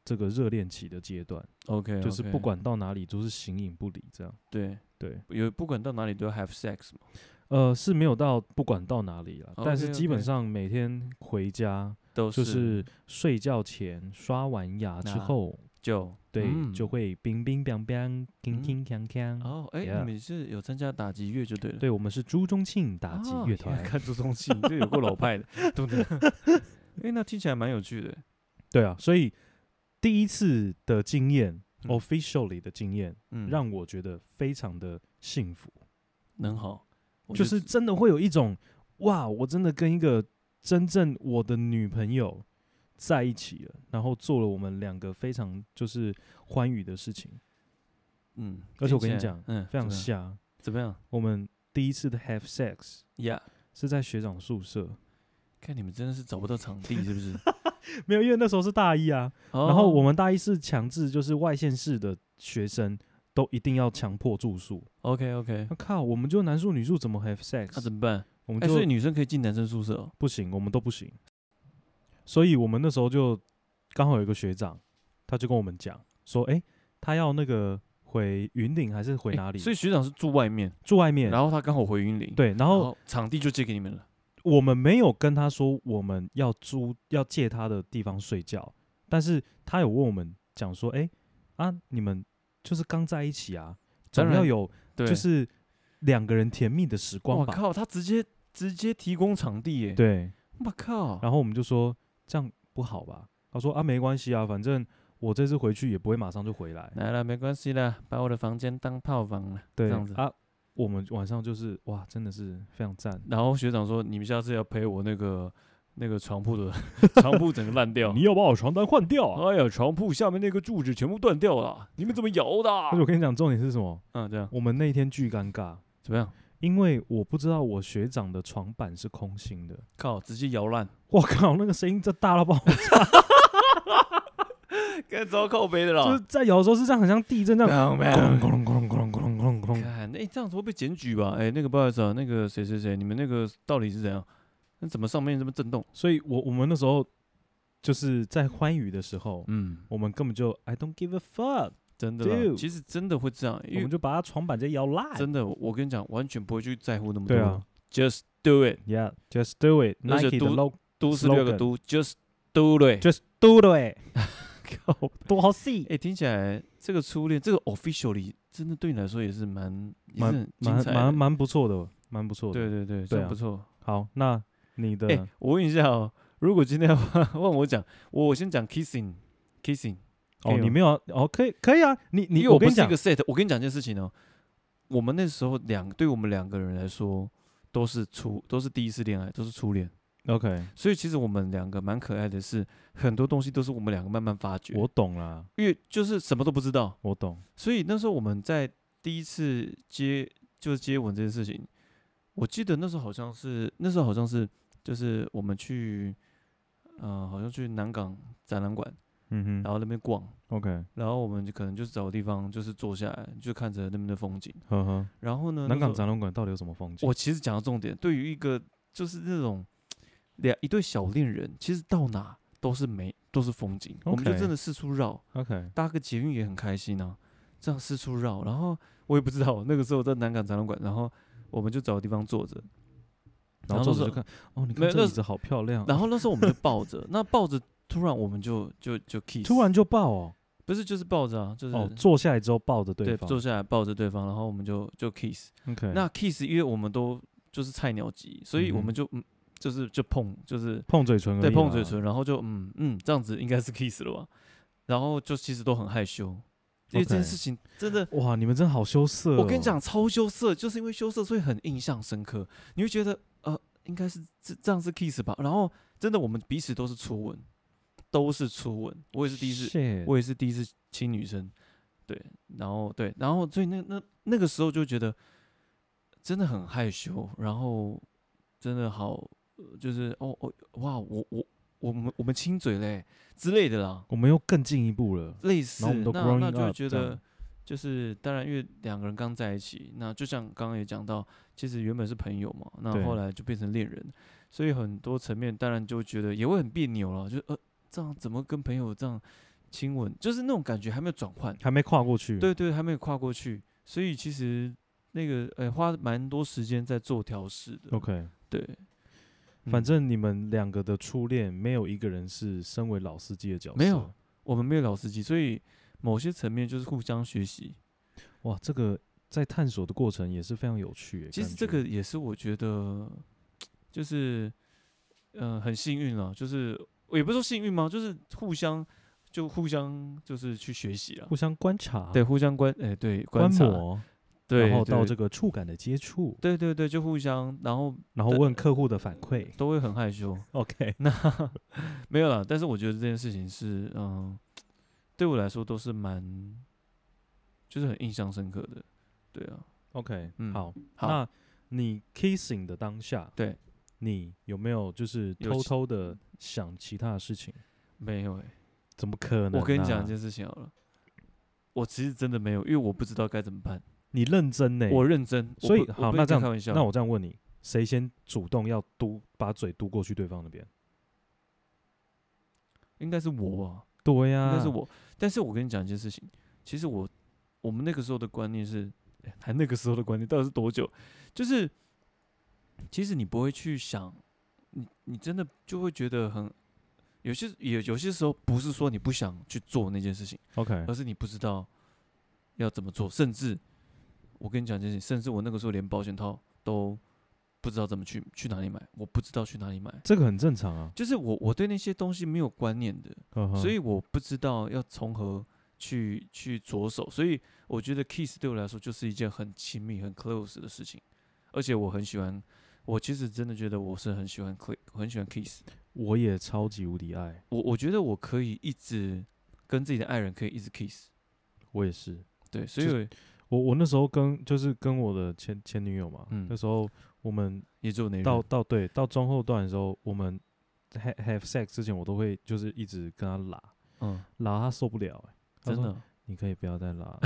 Speaker 1: 这个热恋期的阶段
Speaker 2: OK，,
Speaker 1: 就是不管到哪里都是形影不离，这样
Speaker 2: 对
Speaker 1: 对，
Speaker 2: 有不管到哪里都要 have sex 嘛，
Speaker 1: 呃，是没有到不管到哪里了，但是基本
Speaker 2: OK，OK
Speaker 1: 上每天回家
Speaker 2: 都
Speaker 1: 就是是睡觉前刷完牙之
Speaker 2: 那
Speaker 1: 后，
Speaker 2: 就
Speaker 1: 对，
Speaker 2: 嗯
Speaker 1: 就会冰冰冰冰，铿
Speaker 2: 嗯
Speaker 1: 铿锵锵。
Speaker 2: 哦，哎、
Speaker 1: Yeah
Speaker 2: 你们是有参加打击乐就对了，
Speaker 1: 对，我们是朱宗庆打击
Speaker 2: 哦
Speaker 1: 乐
Speaker 2: 原来
Speaker 1: 团。
Speaker 2: 看朱宗庆，这有够老派 的，对不对？ 哎、那听起来蛮有趣的，
Speaker 1: 对啊，所以第一次的经验
Speaker 2: 嗯
Speaker 1: ，officially 的经验，
Speaker 2: 嗯，
Speaker 1: 让我觉得非常的幸福，
Speaker 2: 能好，我
Speaker 1: 就
Speaker 2: 觉得
Speaker 1: 是真的会有一种哇，我真的跟一个真正我的女朋友在一起了，然后做了我们两个非常就是欢愉的事情，
Speaker 2: 嗯，
Speaker 1: 而且我
Speaker 2: 听
Speaker 1: 跟你
Speaker 2: 起来
Speaker 1: 讲
Speaker 2: 嗯，
Speaker 1: 非常
Speaker 2: 怎么样
Speaker 1: 瞎。
Speaker 2: 怎么样
Speaker 1: 我们第一次的 have sex
Speaker 2: 呀
Speaker 1: 是在学长宿舍，
Speaker 2: 看你们真的是找不到场地，是 不是？
Speaker 1: 没
Speaker 2: 哦
Speaker 1: 有，因为那时候是大一啊。
Speaker 2: 然
Speaker 1: 然后我们大一是强制就是外县市的学生都一定要强迫住宿。
Speaker 2: OK OK，
Speaker 1: 那、靠，我们就男宿女宿怎么 have sex？、
Speaker 2: 那怎么办？
Speaker 1: 我们
Speaker 2: 哎、
Speaker 1: 就、
Speaker 2: 所以女生可以进男生宿舍哦、
Speaker 1: 不行，我们都不行。所以我们那时候就刚好有一个学长，他就跟我们讲说，哎、他要那个回云顶还是回
Speaker 2: 哎
Speaker 1: 哪里？
Speaker 2: 所以学长是住外面，
Speaker 1: 住外面。
Speaker 2: 然后他刚好回云林，，
Speaker 1: 对，然
Speaker 2: 嗯然
Speaker 1: 后
Speaker 2: 后场地就借给你们了。
Speaker 1: 我们没有跟他说我们要租要借他的地方睡觉，但是他有问我们讲说，哎、啊，你们就是刚在一起啊，
Speaker 2: 当
Speaker 1: 总要
Speaker 2: 然
Speaker 1: 有
Speaker 2: 对，
Speaker 1: 就是两个人甜蜜的时光
Speaker 2: 我
Speaker 1: 吧。
Speaker 2: 靠，他直接直接提供场地耶！，
Speaker 1: 对，
Speaker 2: 我靠，
Speaker 1: 然后我们就说这样不好吧？他说啊，没关系啊，反正我这次回去也不会马上就回来。
Speaker 2: 来了，没关系啦，把我的房间当炮房了。
Speaker 1: 对
Speaker 2: 这样子
Speaker 1: 啊，我们晚上就是哇，真的是非常赞。
Speaker 2: 然后学长说，你们下次要陪我那个 那个床铺的 床铺整个烂掉，
Speaker 1: 你要把我床单换掉啊！
Speaker 2: 哎呀，床铺下面那个柱子全部断掉了，你们怎么摇的啊
Speaker 1: 而且？我跟你讲，重点是什么？
Speaker 2: 嗯，这样
Speaker 1: 我们那一天巨尴尬，
Speaker 2: 怎么样？
Speaker 1: 因为我不知道我学长的床板是空心的。
Speaker 2: 靠，直接摇 烂，
Speaker 1: 我靠，那个声音这大 到爆！
Speaker 2: 该糟靠背的
Speaker 1: 就是。在有的时候是这样，很像地震这 样，
Speaker 2: 当
Speaker 1: 咕隆咕隆咕隆咕隆咕隆咕隆咕隆。
Speaker 2: 看，哎，这样子会被检举吧？哎，那个不好意思啊，那个谁谁谁，你们那个到底是怎样？那怎么上面这么震动？
Speaker 1: 所以我我们那时候就是在欢愉的时候，
Speaker 2: 嗯，
Speaker 1: 我们根本就 I don't give a fuck，
Speaker 2: 真的啦
Speaker 1: Dude
Speaker 2: 其实真的会这样，
Speaker 1: 我
Speaker 2: 因
Speaker 1: 们
Speaker 2: 为
Speaker 1: 就把他床板直接摇烂。
Speaker 2: 真的，我跟你讲，完全不会去在乎那么多。
Speaker 1: 对啊
Speaker 2: j u s t do it，
Speaker 1: ，Yeah，just do it。
Speaker 2: 而且
Speaker 1: Nike 的
Speaker 2: 都
Speaker 1: logo
Speaker 2: 都是六
Speaker 1: Slogan
Speaker 2: 个都，just do it。
Speaker 1: just do it，多好戏
Speaker 2: 哎、。听起来这个初恋，这个 officially 真的对你来说也是蛮也是
Speaker 1: 蛮
Speaker 2: 很精
Speaker 1: 蛮
Speaker 2: 彩
Speaker 1: 蛮
Speaker 2: 的。
Speaker 1: 蛮不错的，蛮不错的。
Speaker 2: 对对对，
Speaker 1: 对
Speaker 2: 这
Speaker 1: 啊
Speaker 2: 样不错。
Speaker 1: 好，那你的、
Speaker 2: 哎、我问一下哦，如果今天要 问我讲，我我先讲 kissing kissing，可
Speaker 1: 哦，
Speaker 2: 以
Speaker 1: 你
Speaker 2: 吗
Speaker 1: 没有啊哦，可以可以啊，你
Speaker 2: 哎因
Speaker 1: 你
Speaker 2: 为我
Speaker 1: 跟你
Speaker 2: 不是一
Speaker 1: 讲
Speaker 2: 个 set，我跟你讲一件事情哦，我们那时候两对我们两个人来说都是初都是第一次恋爱，都是初恋。
Speaker 1: ，OK，
Speaker 2: 所以其实我们两个蛮可爱的是，很多东西都是我们两个慢慢发掘。
Speaker 1: 我懂啦，
Speaker 2: 因为就是什么都不知道，
Speaker 1: 我懂，
Speaker 2: 所以那时候我们在第一次接就是接吻这件事情，我记得那时候好像是那时候好像是就是我们去，呃，好像去南港展览馆，
Speaker 1: 嗯
Speaker 2: 然
Speaker 1: 哼
Speaker 2: 后那边逛，
Speaker 1: ，OK，
Speaker 2: 然后我们就可能就是找个地方就是坐下来，就看着那边的风景。
Speaker 1: 呵呵，
Speaker 2: 然后呢，
Speaker 1: 南
Speaker 2: 那时
Speaker 1: 港
Speaker 2: 候
Speaker 1: 展览馆到底有什么风景？
Speaker 2: 我其实讲到重点，对于一个就是那种两一对小恋人，其实到哪都是美，都是风景。我们就
Speaker 1: OK
Speaker 2: 真的四处绕，
Speaker 1: OK，
Speaker 2: 搭个捷运也很开心啊，这样四处绕。然后我也不知道，那个时候在南港展览馆，然后我们就找个地方坐着，
Speaker 1: 然
Speaker 2: 然
Speaker 1: 后坐着
Speaker 2: 后那时
Speaker 1: 就
Speaker 2: 候
Speaker 1: 看，哦，你
Speaker 2: 没
Speaker 1: 看
Speaker 2: 有
Speaker 1: 这
Speaker 2: 那
Speaker 1: 椅
Speaker 2: 时
Speaker 1: 子好漂亮，
Speaker 2: 然后那时候我们就抱着，那抱着突然我们就就就 kiss，
Speaker 1: 突然就抱哦，
Speaker 2: 不是就是抱着啊，就是、
Speaker 1: 哦，坐下来之后抱着
Speaker 2: 对
Speaker 1: 方
Speaker 2: 坐下来抱着对方，然后我们就就 kiss。
Speaker 1: ，OK，
Speaker 2: 那 kiss 因为我们都就是菜鸟级，所以我
Speaker 1: 嗯哼
Speaker 2: 们就嗯就是就碰就是。
Speaker 1: 碰嘴唇而已啦，啊
Speaker 2: 对，碰嘴唇，然后就嗯嗯，这样子应该是 kiss 了吧？然后就其实都很害羞，因为这件
Speaker 1: OK
Speaker 2: 事情真的，
Speaker 1: 哇，你们真好羞涩、哦，
Speaker 2: 我跟你讲，超羞涩，就是因为羞涩，所以很印象深刻。你会觉得呃，应该是这这样是 kiss 吧？然后真的，我们彼此都是初吻，都是初吻，我也是第一次，
Speaker 1: 次
Speaker 2: 我也是第一次亲女生，对，然后对，然后所以那那那个时候就觉得真的很害羞，然后真的好，呃就是哦哦哇，我我我们我们亲嘴嘞之类的啦，
Speaker 1: 我们又更进一步了，
Speaker 2: 类似
Speaker 1: 然后我们都
Speaker 2: 那
Speaker 1: growing
Speaker 2: 那就会
Speaker 1: up
Speaker 2: 觉
Speaker 1: 这样
Speaker 2: 得就是当然，因为两个人刚在一起，那就像刚刚也讲到，其实原本是朋友嘛，
Speaker 1: 对
Speaker 2: 那后来就变成恋人，所以很多层面当然就觉得也会很别扭了，就呃这样怎么跟朋友这样亲吻，就是那种感觉还没有转换，
Speaker 1: 还没跨过去，
Speaker 2: 对对，还没有跨过去，所以其实那个呃花蛮多时间在做调试的，
Speaker 1: ，OK。
Speaker 2: 对，
Speaker 1: 反
Speaker 2: 嗯
Speaker 1: 正你们两个的初恋，没有一个人是身为老司机的角色。
Speaker 2: 没有我们没有老司机，所以某些层面就是互相学习，
Speaker 1: 哇，这个在探索的过程也是非常有趣耶。
Speaker 2: 其实
Speaker 1: 感
Speaker 2: 这
Speaker 1: 觉
Speaker 2: 个也是我觉得，就是，嗯、很幸运了，就是也不是说幸运吗？就是互相就互相就是去学习了
Speaker 1: 互，相观察、
Speaker 2: 对，互相观，哎、对，
Speaker 1: 观
Speaker 2: 观察，
Speaker 1: 摩，
Speaker 2: 对，
Speaker 1: 然后
Speaker 2: 对
Speaker 1: 到这，个触感的接触，
Speaker 2: 对对对，就互相，然后
Speaker 1: 然后
Speaker 2: 对
Speaker 1: 问客户的反馈。
Speaker 2: 都会很害羞，
Speaker 1: OK，
Speaker 2: 那 没有啦，但是我觉得这件事情是，嗯，对我来说都是蛮，就是很印象深刻的，对啊，
Speaker 1: OK，、
Speaker 2: 嗯
Speaker 1: 好。
Speaker 2: 好
Speaker 1: 那你 kissing 的当下，
Speaker 2: 对，
Speaker 1: 你有没有就是
Speaker 2: 有
Speaker 1: 偷
Speaker 2: 其
Speaker 1: 偷的想其他的事情？
Speaker 2: 没有哎、
Speaker 1: 怎么可能、啊
Speaker 2: 我跟你讲一，件事情好了，我其实真的没有，因为我不知道该怎么办。
Speaker 1: 你认真欸呢、
Speaker 2: 我认真，我
Speaker 1: 所以
Speaker 2: 不
Speaker 1: 好，
Speaker 2: 我不
Speaker 1: 那
Speaker 2: 是
Speaker 1: 这
Speaker 2: 在
Speaker 1: 样
Speaker 2: 开玩笑，
Speaker 1: 那我这样问你，谁先主动要嘟把嘴嘟过去对方那边？
Speaker 2: 应该是我吧，
Speaker 1: 对呀、
Speaker 2: 应该是我。但是我跟你讲一件事情，其实我我们那个时候的观念是，哎还那个时候的观念到底是多久？就是其实你不会去想，你你真的就会觉得很。有些有有些时候不是说你不想去做那件事情，
Speaker 1: ，OK，
Speaker 2: 而是你不知道要怎么做，甚至我跟你讲一件事情，甚至我那个时候连保险套都不知道怎么去去哪里买，我不知道去哪里买，
Speaker 1: 这个很正常啊。嗯
Speaker 2: 就是我我对那些东西没有观念的，
Speaker 1: 呵呵
Speaker 2: 所以我不知道要从何去去着手，所以我觉得 kiss 对我来说就是一件很亲密、很 close 的事情，而且我很喜欢，我其实真的觉得我是很喜欢 click，很喜欢 kiss，
Speaker 1: 我也超级无敌爱，
Speaker 2: 我我觉得我可以一直跟自己的爱人可以一直 kiss，
Speaker 1: 我也是。
Speaker 2: 对，所
Speaker 1: 就
Speaker 2: 以
Speaker 1: 我我那时候跟就是跟我的前前女友嘛，
Speaker 2: 嗯
Speaker 1: 那时候我们
Speaker 2: 也只有那一任
Speaker 1: 到到对到中后段的时候，我们 have have sex 之前，我都会就是一直跟她拉
Speaker 2: 嗯，
Speaker 1: 拉，她受不了、欸，她
Speaker 2: 真
Speaker 1: 说
Speaker 2: 的。
Speaker 1: 你可以不要再拉 了，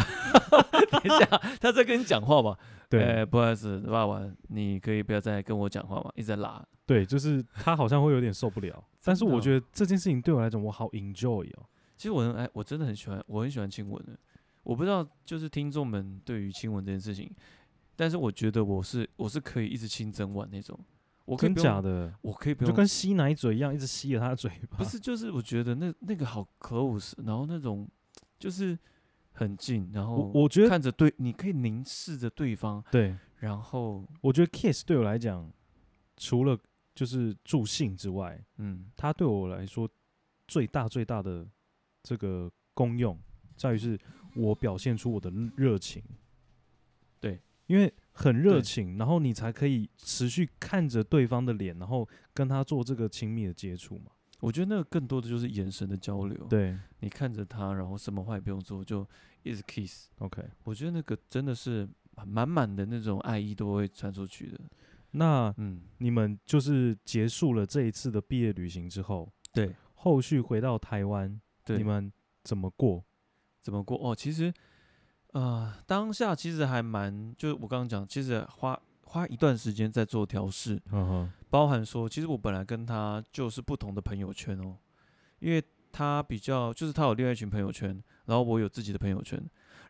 Speaker 2: 等一下，他在跟你讲话吧？
Speaker 1: 对
Speaker 2: 哎不好意思，爸爸，你可以不要再跟我讲话吗？一直在拉，
Speaker 1: 对，就是她好像会有点受不了，但是
Speaker 2: 真的
Speaker 1: 我
Speaker 2: 哦
Speaker 1: 觉得这件事情对我来讲，我好 enjoy 哦，
Speaker 2: 其实我很哎爱，我真的很喜欢，我很喜欢亲吻的。我不知道，就是听众们对于亲吻这件事情，但是我觉得我是我是可以一直亲整晚那种，我可以
Speaker 1: 真
Speaker 2: 不
Speaker 1: 假
Speaker 2: 用，
Speaker 1: 的，
Speaker 2: 我可以不
Speaker 1: 就
Speaker 2: 用，
Speaker 1: 跟吸奶嘴一样，一直吸着她的嘴巴，
Speaker 2: 不是就是我觉得那那个好 close，然后那种就是很近，然后
Speaker 1: 我我觉得
Speaker 2: 看着对，你可以凝视着对方，
Speaker 1: 对，
Speaker 2: 然后
Speaker 1: 我觉得 kiss 对我来讲，除了就是助兴之外，
Speaker 2: 嗯，
Speaker 1: 它对我来说最大最大的这个功用，在于是我表现出我的热热情。
Speaker 2: 对，
Speaker 1: 因为很热
Speaker 2: 对
Speaker 1: 情，然后你才可以持续看着对方的脸，然后跟他做这个亲密的接触嘛。
Speaker 2: 我觉得那个更多的就是眼神的交流，
Speaker 1: 对
Speaker 2: 你看着他，然后什么话也不用做，就一直 kiss。
Speaker 1: ，OK。
Speaker 2: 我觉得那个真的是满满的那种爱意都会传出去的。
Speaker 1: 那
Speaker 2: 嗯，
Speaker 1: 你们就是结束了这一次的毕业旅行之后，
Speaker 2: 对
Speaker 1: 后续回到台湾，
Speaker 2: 对。
Speaker 1: 你们怎么过？
Speaker 2: 怎么过？哦，其实，呃，当下其实还蛮，就是我刚刚讲，其实花花一段时间在做调试，
Speaker 1: 嗯哼，
Speaker 2: 包含说，其实我本来跟他就是不同的朋友圈哦，因为他比较就是他有另外一群朋友圈，然后我有自己的朋友圈，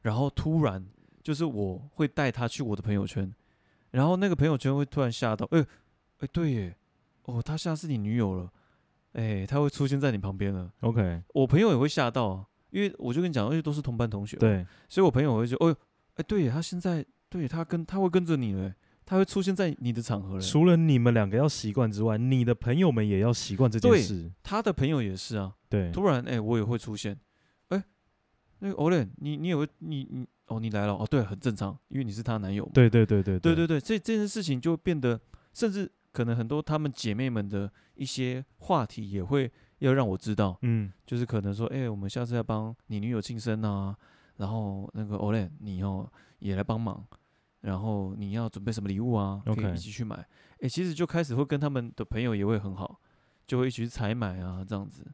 Speaker 2: 然后突然就是我会带他去我的朋友圈，然后那个朋友圈会突然吓到，哎、哎、对耶，哦，他现在是你女友了，哎、他会出现在你旁边了，
Speaker 1: ，OK，
Speaker 2: 我朋友也会吓到啊，因为我就跟你讲，因为都是同班同学，，
Speaker 1: 对，
Speaker 2: 所以我朋友会说，哦、哎、对耶，他现在对他跟他会跟着你了耶，他会出现在你的场合了耶。
Speaker 1: 除了你们两个要习惯之外，你的朋友们也要习惯这件
Speaker 2: 对
Speaker 1: 事。
Speaker 2: 他的朋友也是啊，
Speaker 1: 对，
Speaker 2: 突然哎、我也会出现，哎、那个 Olen，你你也会你你哦，你来了哦，对，很正常，因为你是她男友嘛。
Speaker 1: 对对对对
Speaker 2: 对对对，这这件事情就变得，甚至可能很多她们姐妹们的一些话题也会要让我知道，
Speaker 1: 嗯，
Speaker 2: 就是可能说，哎、我们下次要帮你女友庆生啊，然后那个 Olen 你哦也来帮忙，然后你要准备什么礼物啊可
Speaker 1: OK
Speaker 2: 以一起去买。哎、其实就开始会跟他们的朋友也会很好，就会一起去采买啊这样子。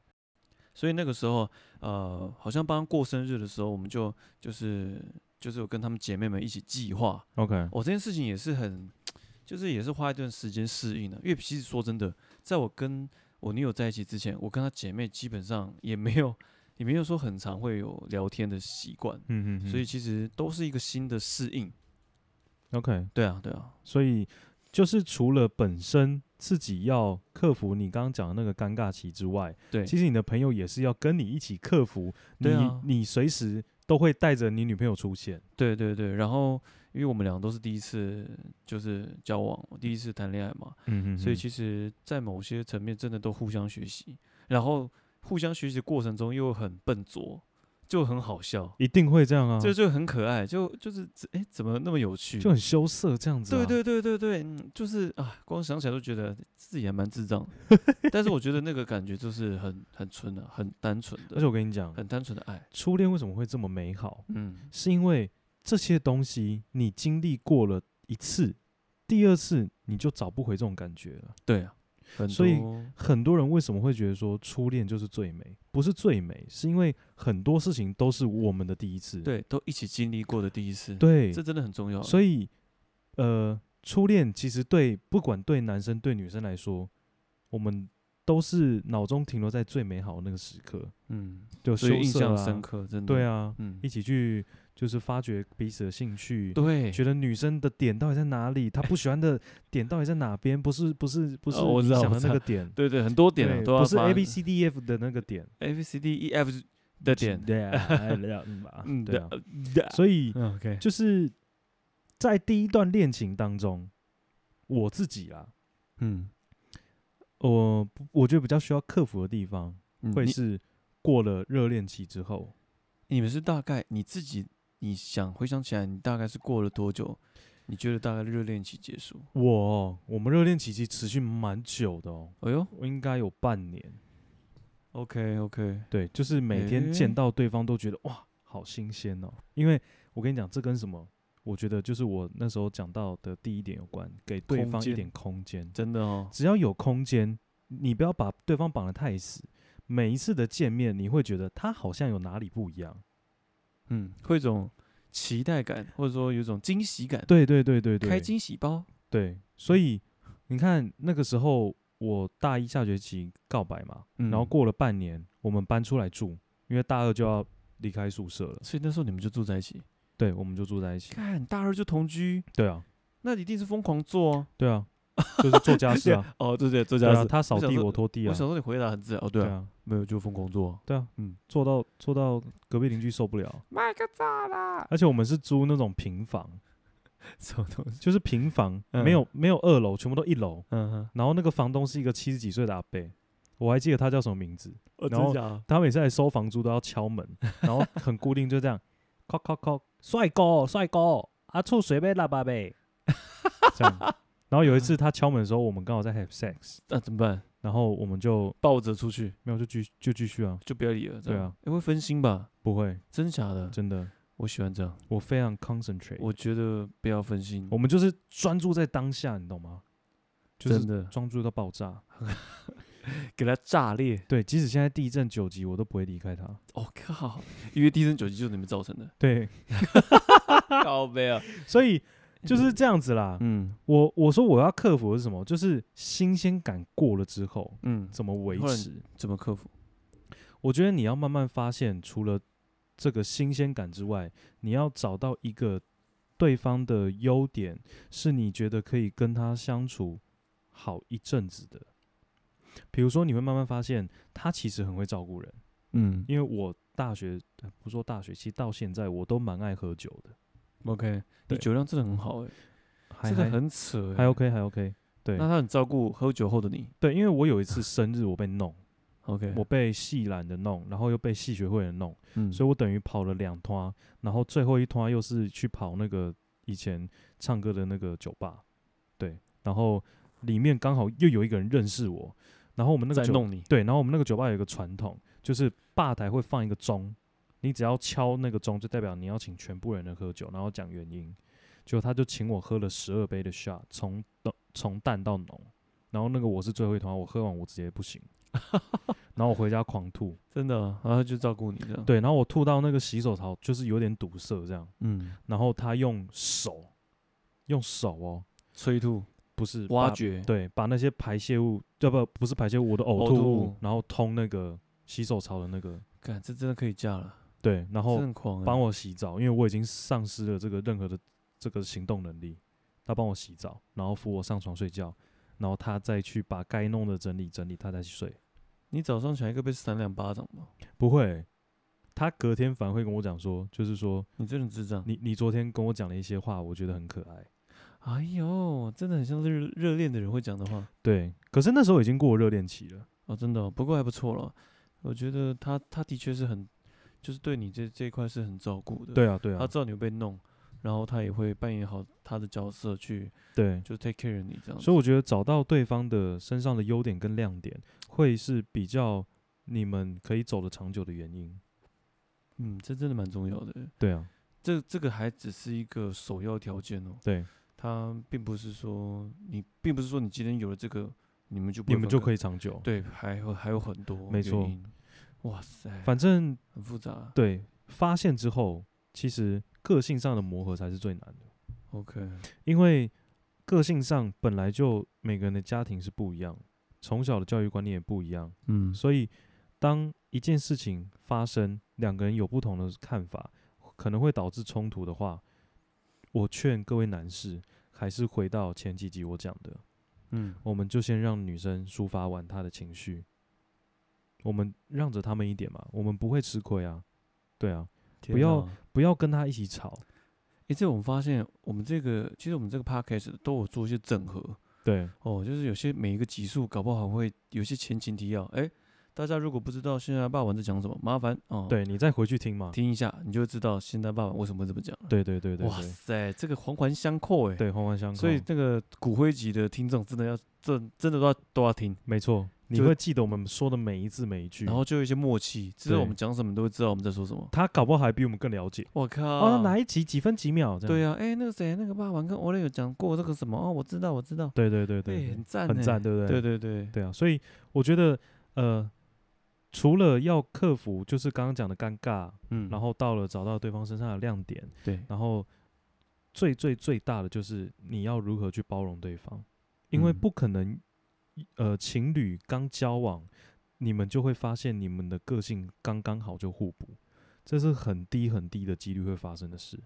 Speaker 2: 所以那个时候，呃，好像帮她过生日的时候，我们就就是就是有跟她们姐妹们一起计划。
Speaker 1: ，OK，
Speaker 2: 哦，这件事情也是很，就是也是花一段时间适应的、因为其实说真的，在我跟我女友在一起之前，我跟她姐妹基本上也没有也没有说很常会有聊天的习惯，
Speaker 1: 嗯嗯，
Speaker 2: 所以其实都是一个新的适应。
Speaker 1: OK，
Speaker 2: 对啊，对啊，
Speaker 1: 所以就是除了本身自己要克服你刚刚讲的那个尴尬期之外，
Speaker 2: 对，
Speaker 1: 其实你的朋友也是要跟你一起克服。
Speaker 2: 对
Speaker 1: 你、
Speaker 2: 啊
Speaker 1: 你随时都会带着你女朋友出现。
Speaker 2: 对对对。然后因为我们俩都是第一次就是交往，第一次谈恋爱嘛，
Speaker 1: 嗯嗯
Speaker 2: 所以其实，在某些层面真的都互相学习，然后互相学习的过程中又很笨拙，就很好笑。
Speaker 1: 一定会这样啊，
Speaker 2: 这就很可爱，就就是哎、怎么那么有趣？
Speaker 1: 就很羞涩这样子、啊
Speaker 2: 对，对对对对，嗯，就是啊，光想起来都觉得自己还蛮智障的， 但是我觉得那个感觉就是很很纯的，很单纯
Speaker 1: 而且
Speaker 2: 的，
Speaker 1: 我跟你讲，
Speaker 2: 很单纯的爱。
Speaker 1: 初恋为什么会这么美好？
Speaker 2: 嗯，
Speaker 1: 是因为这些东西你经历过了一次，第二次你就找不回这种感觉了。
Speaker 2: 对啊，很
Speaker 1: 所以
Speaker 2: 多
Speaker 1: 很多人为什么会觉得说初恋就是最美？不是最美，是因为很多事情都是我们的第一次。
Speaker 2: 对都一起经历过的第一次，，
Speaker 1: 对
Speaker 2: 这真的很重要。啊
Speaker 1: 所以呃，初恋其实对不管对男生对女生来说，我们都是脑中停留在最美好的那个时刻，
Speaker 2: 嗯，
Speaker 1: 就
Speaker 2: 所以
Speaker 1: 羞
Speaker 2: 印
Speaker 1: 涩
Speaker 2: 象
Speaker 1: 啊
Speaker 2: 深刻，真的。
Speaker 1: 对，啊，
Speaker 2: 嗯
Speaker 1: 一，起去就是发掘彼此的兴趣。
Speaker 2: 对，
Speaker 1: 觉得女生的点到底在哪里？她不喜欢的点到底在哪边？不是不是不是
Speaker 2: 哦我
Speaker 1: 你
Speaker 2: 知道
Speaker 1: 想
Speaker 2: 我
Speaker 1: 的
Speaker 2: 知
Speaker 1: 那个
Speaker 2: 道
Speaker 1: 点，
Speaker 2: 对对，很多点啊
Speaker 1: 对
Speaker 2: 都要
Speaker 1: 不是
Speaker 2: 发
Speaker 1: A B C D E F 的那个点
Speaker 2: A B C D E F 的点，
Speaker 1: 对 啊，哎了嗯吧
Speaker 2: 嗯，
Speaker 1: 对啊。
Speaker 2: 的
Speaker 1: 所以
Speaker 2: 嗯，OK，
Speaker 1: 就是在第一段恋情当中，我自己啦，
Speaker 2: 嗯，
Speaker 1: 我不我觉得比较需要克服的地方，
Speaker 2: 嗯
Speaker 1: 会
Speaker 2: 你
Speaker 1: 是过了热恋期之后，
Speaker 2: 你们是大概你自己，你想回想起来，你大概是过了多久？你觉得大概热恋期结束？
Speaker 1: 我哦我们热恋期其实持续蛮久的哦，
Speaker 2: 哎呦
Speaker 1: 我应该有半年。
Speaker 2: ，OK OK，
Speaker 1: 对，就是每天
Speaker 2: 诶
Speaker 1: 见到对方都觉得哇，好新鲜哦。因为我跟你讲，这跟什么？我觉得就是我那时候讲到的第一点有关，给对
Speaker 2: 空
Speaker 1: 方一
Speaker 2: 间
Speaker 1: 点空间。
Speaker 2: 真的哦，
Speaker 1: 只要有空间，你不要把对方绑得太死。每一次的见面，你会觉得他好像有哪里不一样。
Speaker 2: 嗯，会有一种期待感，或者说有一种惊喜感，
Speaker 1: 对对对对对，
Speaker 2: 开惊喜包，
Speaker 1: 对，所以你看那个时候我大一下学期告白嘛，然后
Speaker 2: 嗯
Speaker 1: 过了半年，我们搬出来住，因为大二就要离开宿舍了。
Speaker 2: 所以那时候你们就住在一起，
Speaker 1: 对，我们就住在一起。
Speaker 2: 看大二就同居，
Speaker 1: 对啊，
Speaker 2: 那一定是疯狂做哦。
Speaker 1: 对啊，就是做家事啊，
Speaker 2: 哦，对 对，做
Speaker 1: 对
Speaker 2: 家
Speaker 1: 啊，
Speaker 2: 事，
Speaker 1: 他扫
Speaker 2: 想
Speaker 1: 地
Speaker 2: 说
Speaker 1: 我拖地
Speaker 2: 我
Speaker 1: 啊，
Speaker 2: 想说你回答很自然，哦，对
Speaker 1: 对
Speaker 2: 啊，
Speaker 1: 啊，
Speaker 2: 没有就疯狂做，
Speaker 1: 对啊，
Speaker 2: 嗯
Speaker 1: 做到做到隔壁邻居受不了，
Speaker 3: 卖个炸啦！
Speaker 1: 而且我们是租那种平房，
Speaker 2: 什么东西？
Speaker 1: 就是平房，
Speaker 2: 嗯
Speaker 1: 没有没有二楼，全部都一楼，
Speaker 2: 嗯哼，
Speaker 1: 然后那个房东是一个七十几岁的阿伯。我还记得他叫什么名字，
Speaker 2: 哦，
Speaker 1: 然
Speaker 2: 真
Speaker 1: 后
Speaker 2: 假的？
Speaker 1: 他每次来收房租都要敲 门，然后很固定就这样，敲敲敲，帅哥帅哥，啊阿处随便喇叭呗，这样。 然后有
Speaker 2: 嗯
Speaker 1: 一次他敲门的时候，我们刚好在 have sex，
Speaker 2: 那怎么办？
Speaker 1: 然后我们就
Speaker 2: 抱着出去
Speaker 1: 没有就继续就继续啊，
Speaker 2: 就不要理了，这
Speaker 1: 对
Speaker 2: 样
Speaker 1: 啊，
Speaker 2: 哎，会分心吧？
Speaker 1: 不会，
Speaker 2: 真假的？
Speaker 1: 真的，
Speaker 2: 我喜欢这样，
Speaker 1: 我非常 concentrate，我
Speaker 2: 我觉得不要分心，
Speaker 1: 们就是专注在当下，你懂吗？就
Speaker 2: 真
Speaker 1: 是
Speaker 2: 的
Speaker 1: 专注到爆炸。
Speaker 2: 给它炸裂。
Speaker 1: 对，即使现在地震九级，我都不会离开他。，
Speaker 2: 我、哦靠，因为地震九级就是你们造成的
Speaker 1: 对，
Speaker 2: 靠背啊，
Speaker 1: 所以就是这样子啦。
Speaker 2: 嗯
Speaker 1: 我我说我要克服的是什么？就是新鲜感过了之后，
Speaker 2: 嗯，
Speaker 1: 怎么维
Speaker 2: 或者
Speaker 1: 持？
Speaker 2: 怎么克服？
Speaker 1: 我觉得你要慢慢发现，除了这个新鲜感之外，你要找到一个对方的优点，是你觉得可以跟他相处好一阵子的。比如说，你会慢慢发现他其实很会照顾人，
Speaker 2: 嗯
Speaker 1: 因为我大学呃不说大学，其实到现在我都蛮爱喝酒的，
Speaker 2: ，OK，你
Speaker 1: 对
Speaker 2: 酒量真的很好哎、
Speaker 1: 还
Speaker 2: 真的
Speaker 1: 还
Speaker 2: 很扯、欸，
Speaker 1: 还 OK 还 OK。对
Speaker 2: 那他很照顾喝酒后的你
Speaker 1: 对，因为我有一次生日我被弄，
Speaker 2: ，OK，
Speaker 1: 我被系篮的弄，然后又被系学会的弄，
Speaker 2: 嗯
Speaker 1: 所以我等于跑了两趟，然后最后一趟又是去跑那个以前唱歌的那个酒吧，对，然后里面刚好又有一个人认识我，然后我们那个
Speaker 2: 在
Speaker 1: 酒
Speaker 2: 弄你，
Speaker 1: 对，然后我们那个酒吧有一个传统，就是吧台会放一个钟，你只要敲那个钟，就代表你要请全部人的喝酒，然后讲原因。结果他就请我喝了十二杯的 shot，从浓从淡到浓，然后那个我是最后一啊团，我喝完我直接不行， 然后我回家狂吐。
Speaker 2: 真的啊、然后他就照顾你这样，，
Speaker 1: 对，然后我吐到那个洗手槽，就是有点堵塞这样。
Speaker 2: 嗯，
Speaker 1: 然后他用手，用手哦，
Speaker 2: 催吐、
Speaker 1: 不是
Speaker 2: 挖
Speaker 1: 把，
Speaker 2: 掘，
Speaker 1: 对，把那些排泄物，要不不是排泄物，我的呕
Speaker 2: 呕
Speaker 1: 吐
Speaker 2: 吐
Speaker 1: 物
Speaker 2: 物，
Speaker 1: 然后通那个洗手槽的那个，
Speaker 2: 干，这真的可以嫁了，
Speaker 1: 对，然
Speaker 2: 真的
Speaker 1: 后
Speaker 2: 很狂、欸，
Speaker 1: 帮我洗澡，因为我已经丧失了这个任何的这个行动能力。他帮我洗澡，然后扶我上床睡觉，然后他再去把该弄的整理整理，他再去睡。
Speaker 2: 你早上起来应该被扇两巴掌吧？
Speaker 1: 不会，他隔天反而会跟我讲说，就是说
Speaker 2: 你真的智障。
Speaker 1: 你你昨天跟我讲了一些话，我觉得很可爱。
Speaker 2: 哎呦，真的很像热热恋的人会讲的话
Speaker 1: 对，可是那时候已经过热恋期了。
Speaker 2: 哦，真的哦、不过还不错了。我觉得他他的确是很，就是对你这这一块是很照顾的。、
Speaker 1: 对啊，对啊
Speaker 2: 他，知道你会被弄，然后他也会扮演好他的角色去，
Speaker 1: 对。
Speaker 2: 就 take care 你这样子。
Speaker 1: 所以我觉得找到对方的身上的优点跟亮点，会是比较你们可以走得长久的原因。
Speaker 2: 嗯，这真的蛮重要的。
Speaker 1: 对啊，
Speaker 2: 这这个还只是一个首要条件哦，
Speaker 1: 对
Speaker 2: 他并不是说你，并不是说你今天有了这个你们就不
Speaker 1: 你们就可
Speaker 2: 以
Speaker 1: 以长久。
Speaker 2: 对，还有还有很多
Speaker 1: 没
Speaker 2: 原
Speaker 1: 错
Speaker 2: 因，哇塞，
Speaker 1: 反正
Speaker 2: 很复杂。
Speaker 1: 对发现之后，其实个性上的磨合才是最难的，
Speaker 2: OK，
Speaker 1: 因为个性上本来就每个人的家庭是不一样，从小的教育观念也不一样，
Speaker 2: 嗯
Speaker 1: 所以当一件事情发生，两个人有不同的看法，可能会导致冲突的话，我劝各位男士还是回到前几集我讲的，
Speaker 2: 嗯，
Speaker 1: 我们就先让女生抒发完她的情绪，我们让着他们一点嘛，我们不会吃亏啊，对啊，
Speaker 2: 天
Speaker 1: 要
Speaker 2: 哪
Speaker 1: 不要跟她一起吵，
Speaker 2: 诶，这我们发现，我们这个其实我们这个 podcast 都有做一些整合
Speaker 1: 对
Speaker 2: 哦，就是有些每一个集数搞不好会有一些前情提要。诶，大家如果不知道现在霸王在讲什么，麻烦哦，，
Speaker 1: 对，你再回去听嘛，
Speaker 2: 听一下你就会知道现在霸王为什么会这么讲了。
Speaker 1: 对对对对
Speaker 2: 哇
Speaker 1: 对，
Speaker 2: 塞，这个环环相扣诶。
Speaker 1: 对环环相扣，
Speaker 2: 所以那个骨灰级的听众真的要真真的都要都要听，
Speaker 1: 没错，你
Speaker 2: 就
Speaker 1: 会记得我们说的每一字每一句，
Speaker 2: 然后就有一些默契，知道我
Speaker 1: 嗯对
Speaker 2: 们讲什么，你都会知道我们在说什么。
Speaker 1: 他搞不好还比我们更了解。
Speaker 2: 我靠，
Speaker 1: 哦，哪一嗯集几分几秒这样？
Speaker 2: 对啊，哎、那个谁，那个霸王跟欧雷有讲过这个什么哦，我知道，我知道，
Speaker 1: 对对对
Speaker 2: 哎、
Speaker 1: 对，
Speaker 2: 很赞、欸，
Speaker 1: 很赞，对不对？
Speaker 2: 对对对，
Speaker 1: 对啊，所以我觉得呃，除了要克服就是刚刚讲的尴尬，
Speaker 2: 嗯，
Speaker 1: 然后到了找到对方身上的亮点，
Speaker 2: 对，
Speaker 1: 然后最最最大的就是你要如何去包容对方，因为
Speaker 2: 嗯
Speaker 1: 不可能、呃情侣刚交往，你们就会发现你们的个性刚刚好就互补，这是很低很低的几率会发生的事。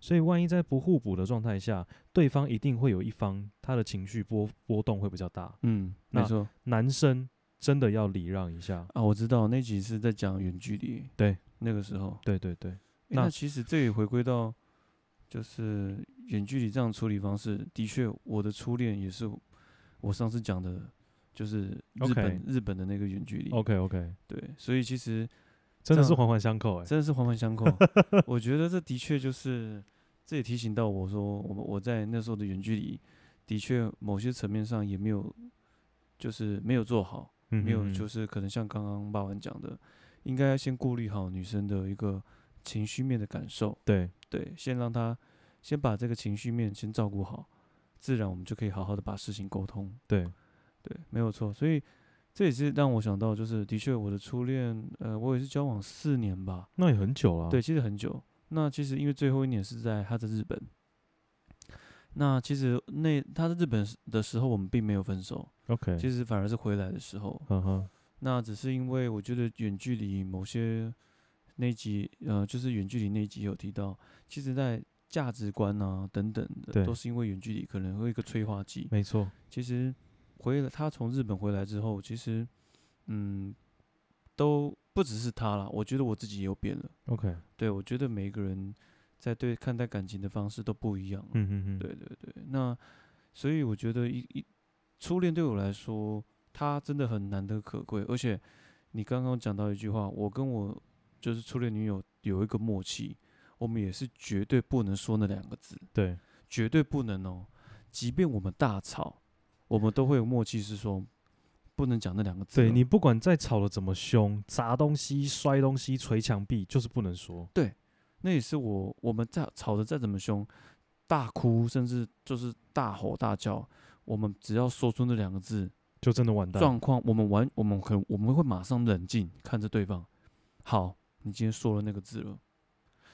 Speaker 1: 所以，万一在不互补的状态下，对方一定会有一方他的情绪波波动会比较大。
Speaker 2: 嗯，
Speaker 1: 那
Speaker 2: 没错
Speaker 1: 男生真的要礼让一下，
Speaker 2: 啊，我知道那集是在讲远距离，
Speaker 1: 对，
Speaker 2: 那个时候，诶
Speaker 1: 对对对，
Speaker 2: 那
Speaker 1: 那
Speaker 2: 其实这也回归到就是远距离这样处理方式，的确，我的初恋也是我上次讲的，就是日
Speaker 1: OK 哦
Speaker 2: 本日本的那个远距离
Speaker 1: OK OK，
Speaker 2: 对，所以其实
Speaker 1: 真的
Speaker 2: 这
Speaker 1: 是
Speaker 2: 样
Speaker 1: 环环相扣哎、
Speaker 2: 真的是环环相扣。我觉得这的确就是，这也提醒到我说，我们我在那时候的远距离，的确某些层面上也没有，就是没有做好，
Speaker 1: 嗯
Speaker 2: 没有
Speaker 1: 嗯嗯
Speaker 2: 就是可能像刚刚爸文讲的，应该要先顾虑好女生的一个情绪面的感受，
Speaker 1: 对
Speaker 2: 对，先让她先把这个情绪面先照顾好，自然我们就可以好好的把事情沟通。
Speaker 1: 对，
Speaker 2: 对，没有错。所以这也是让我想到，就是的确我的初恋，呃，我也是交往四年吧，
Speaker 1: 那也很久了、啊
Speaker 2: 对，，其实很久。那其实因为最后一年是在他在日本，那其实那他在日本时的时候，我们并没有分手，
Speaker 1: OK，
Speaker 2: 其实反而是回来的时候。
Speaker 1: 嗯哼，
Speaker 2: 那只是因为我觉得远距离某些那集，呃，就是远距离那集有提到，其实在价值观啊等等
Speaker 1: 对
Speaker 2: 的，都是因为远距离可能会有一个催化剂。
Speaker 1: 没错，
Speaker 2: 其实回了他从日本回来之后，其实嗯，都不只是他啦，我觉得我自己也有变了。
Speaker 1: OK，
Speaker 2: 对，我觉得每一个人在对看待感情的方式都不一样。，
Speaker 1: 嗯嗯嗯，
Speaker 2: 对对对。那所以我觉得一一初恋对我来说，它真的很难得可贵。而且你刚刚讲到一句话，我跟我就是初恋女友有一个默契，我们也是绝对不能说那两个字，
Speaker 1: 对
Speaker 2: 绝对不能哦。即便我们大吵，我们都会有默契，是说不能讲那两个字哦。
Speaker 1: 对，你不管再吵得怎么凶，砸东西、摔东西、捶墙壁，就是不能说。
Speaker 2: 那也是我我们再吵得再怎么凶，大哭甚至就是大吼大叫，我们只要说出那两个字，
Speaker 1: 就真的完蛋。
Speaker 2: 状况我们完我们很我们会马上冷静看着对方。好，你今天说了那个字了，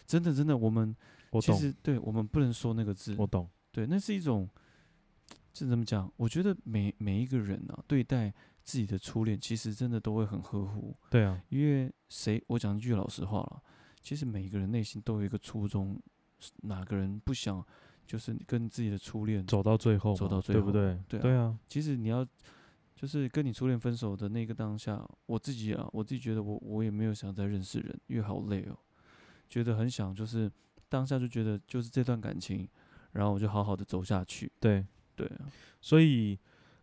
Speaker 2: 真的真的，我们
Speaker 1: 我
Speaker 2: 其
Speaker 1: 懂，
Speaker 2: 实对我们不能说那个字，
Speaker 1: 我懂，
Speaker 2: 对，那是一种这怎么讲？我觉得每每一个人啊，对待自己的初恋，其实真的都会很呵护。
Speaker 1: 对啊，
Speaker 2: 因为谁，我讲一句老实话了，其实每个人内心都有一个初衷，是哪个人不想就是跟自己的初恋？
Speaker 1: 走到最后嘛，
Speaker 2: 走到最
Speaker 1: 对不
Speaker 2: 后
Speaker 1: 对？
Speaker 2: 对啊
Speaker 1: 啊，
Speaker 2: 其实你要就是跟你初恋分手的那个当下，我自己啊，我自己觉得我我也没有想再认识人，因为好累哦，觉得很想就是当下就觉得就是这段感情，然后我就好好的走下去。
Speaker 1: 对。
Speaker 2: 对啊，
Speaker 1: 所以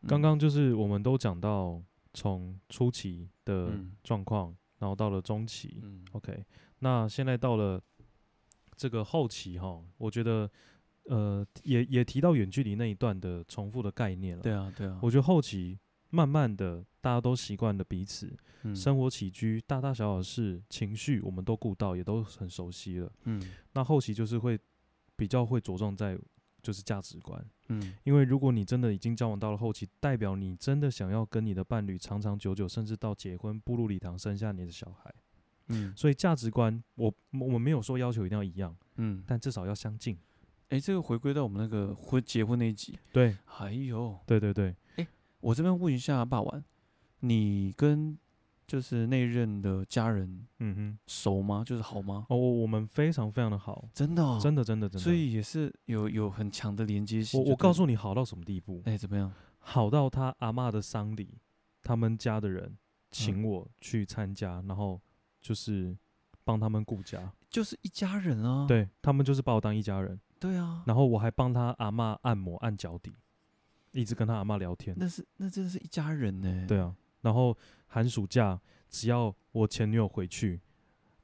Speaker 1: 刚
Speaker 2: 嗯
Speaker 1: 刚就是我们都讲到从初期的
Speaker 2: 嗯
Speaker 1: 状况，然后到了中期，
Speaker 2: 嗯
Speaker 1: OK，那现在到了这个后期哈，我觉得呃也也提到远距离那一段的重复的概念了。
Speaker 2: 对啊对啊，
Speaker 1: 我觉得后期慢慢的大家都习惯了彼此，
Speaker 2: 嗯
Speaker 1: 生活起居、大大小小的事、情绪，我们都顾到，也都很熟悉了。
Speaker 2: 嗯
Speaker 1: 那后期就是会比较会着重在就是价值观。
Speaker 2: 嗯，
Speaker 1: 因为如果你真的已经交往到了后期，代表你真的想要跟你的伴侣长长久久，甚至到结婚步入礼堂生下你的小孩。
Speaker 2: 嗯
Speaker 1: 所以价值观，我我们没有说要求一定要一样，
Speaker 2: 嗯，
Speaker 1: 但至少要相近。
Speaker 2: 哎、这个回归到我们那个婚结婚那一集，
Speaker 1: 对
Speaker 2: 哎呦，
Speaker 1: 对对对，
Speaker 2: 我这边问一下霸王，你跟就是那任的家人
Speaker 1: 嗯哼，
Speaker 2: 熟吗？就是好吗？
Speaker 1: 哦，我我们非常非常的好，
Speaker 2: 真的、哦，
Speaker 1: 真的真的真的。
Speaker 2: 所以也是有有很强的连接性
Speaker 1: 我
Speaker 2: 就对了。
Speaker 1: 我告诉你好到什么地步，
Speaker 2: 哎、怎么样？
Speaker 1: 好到他阿嬷的丧礼，他们家的人
Speaker 2: 嗯
Speaker 1: 请我去参加，然后就是帮他们顾家，
Speaker 2: 就是一家人啊。
Speaker 1: 对他们就是把我当一家人，
Speaker 2: 对啊，
Speaker 1: 然后我还帮他阿嬷按摩按脚底，一直跟他阿嬷聊天。
Speaker 2: 那是那真的是一家人呢、
Speaker 1: 对啊，然后寒暑假只要我前女友回去，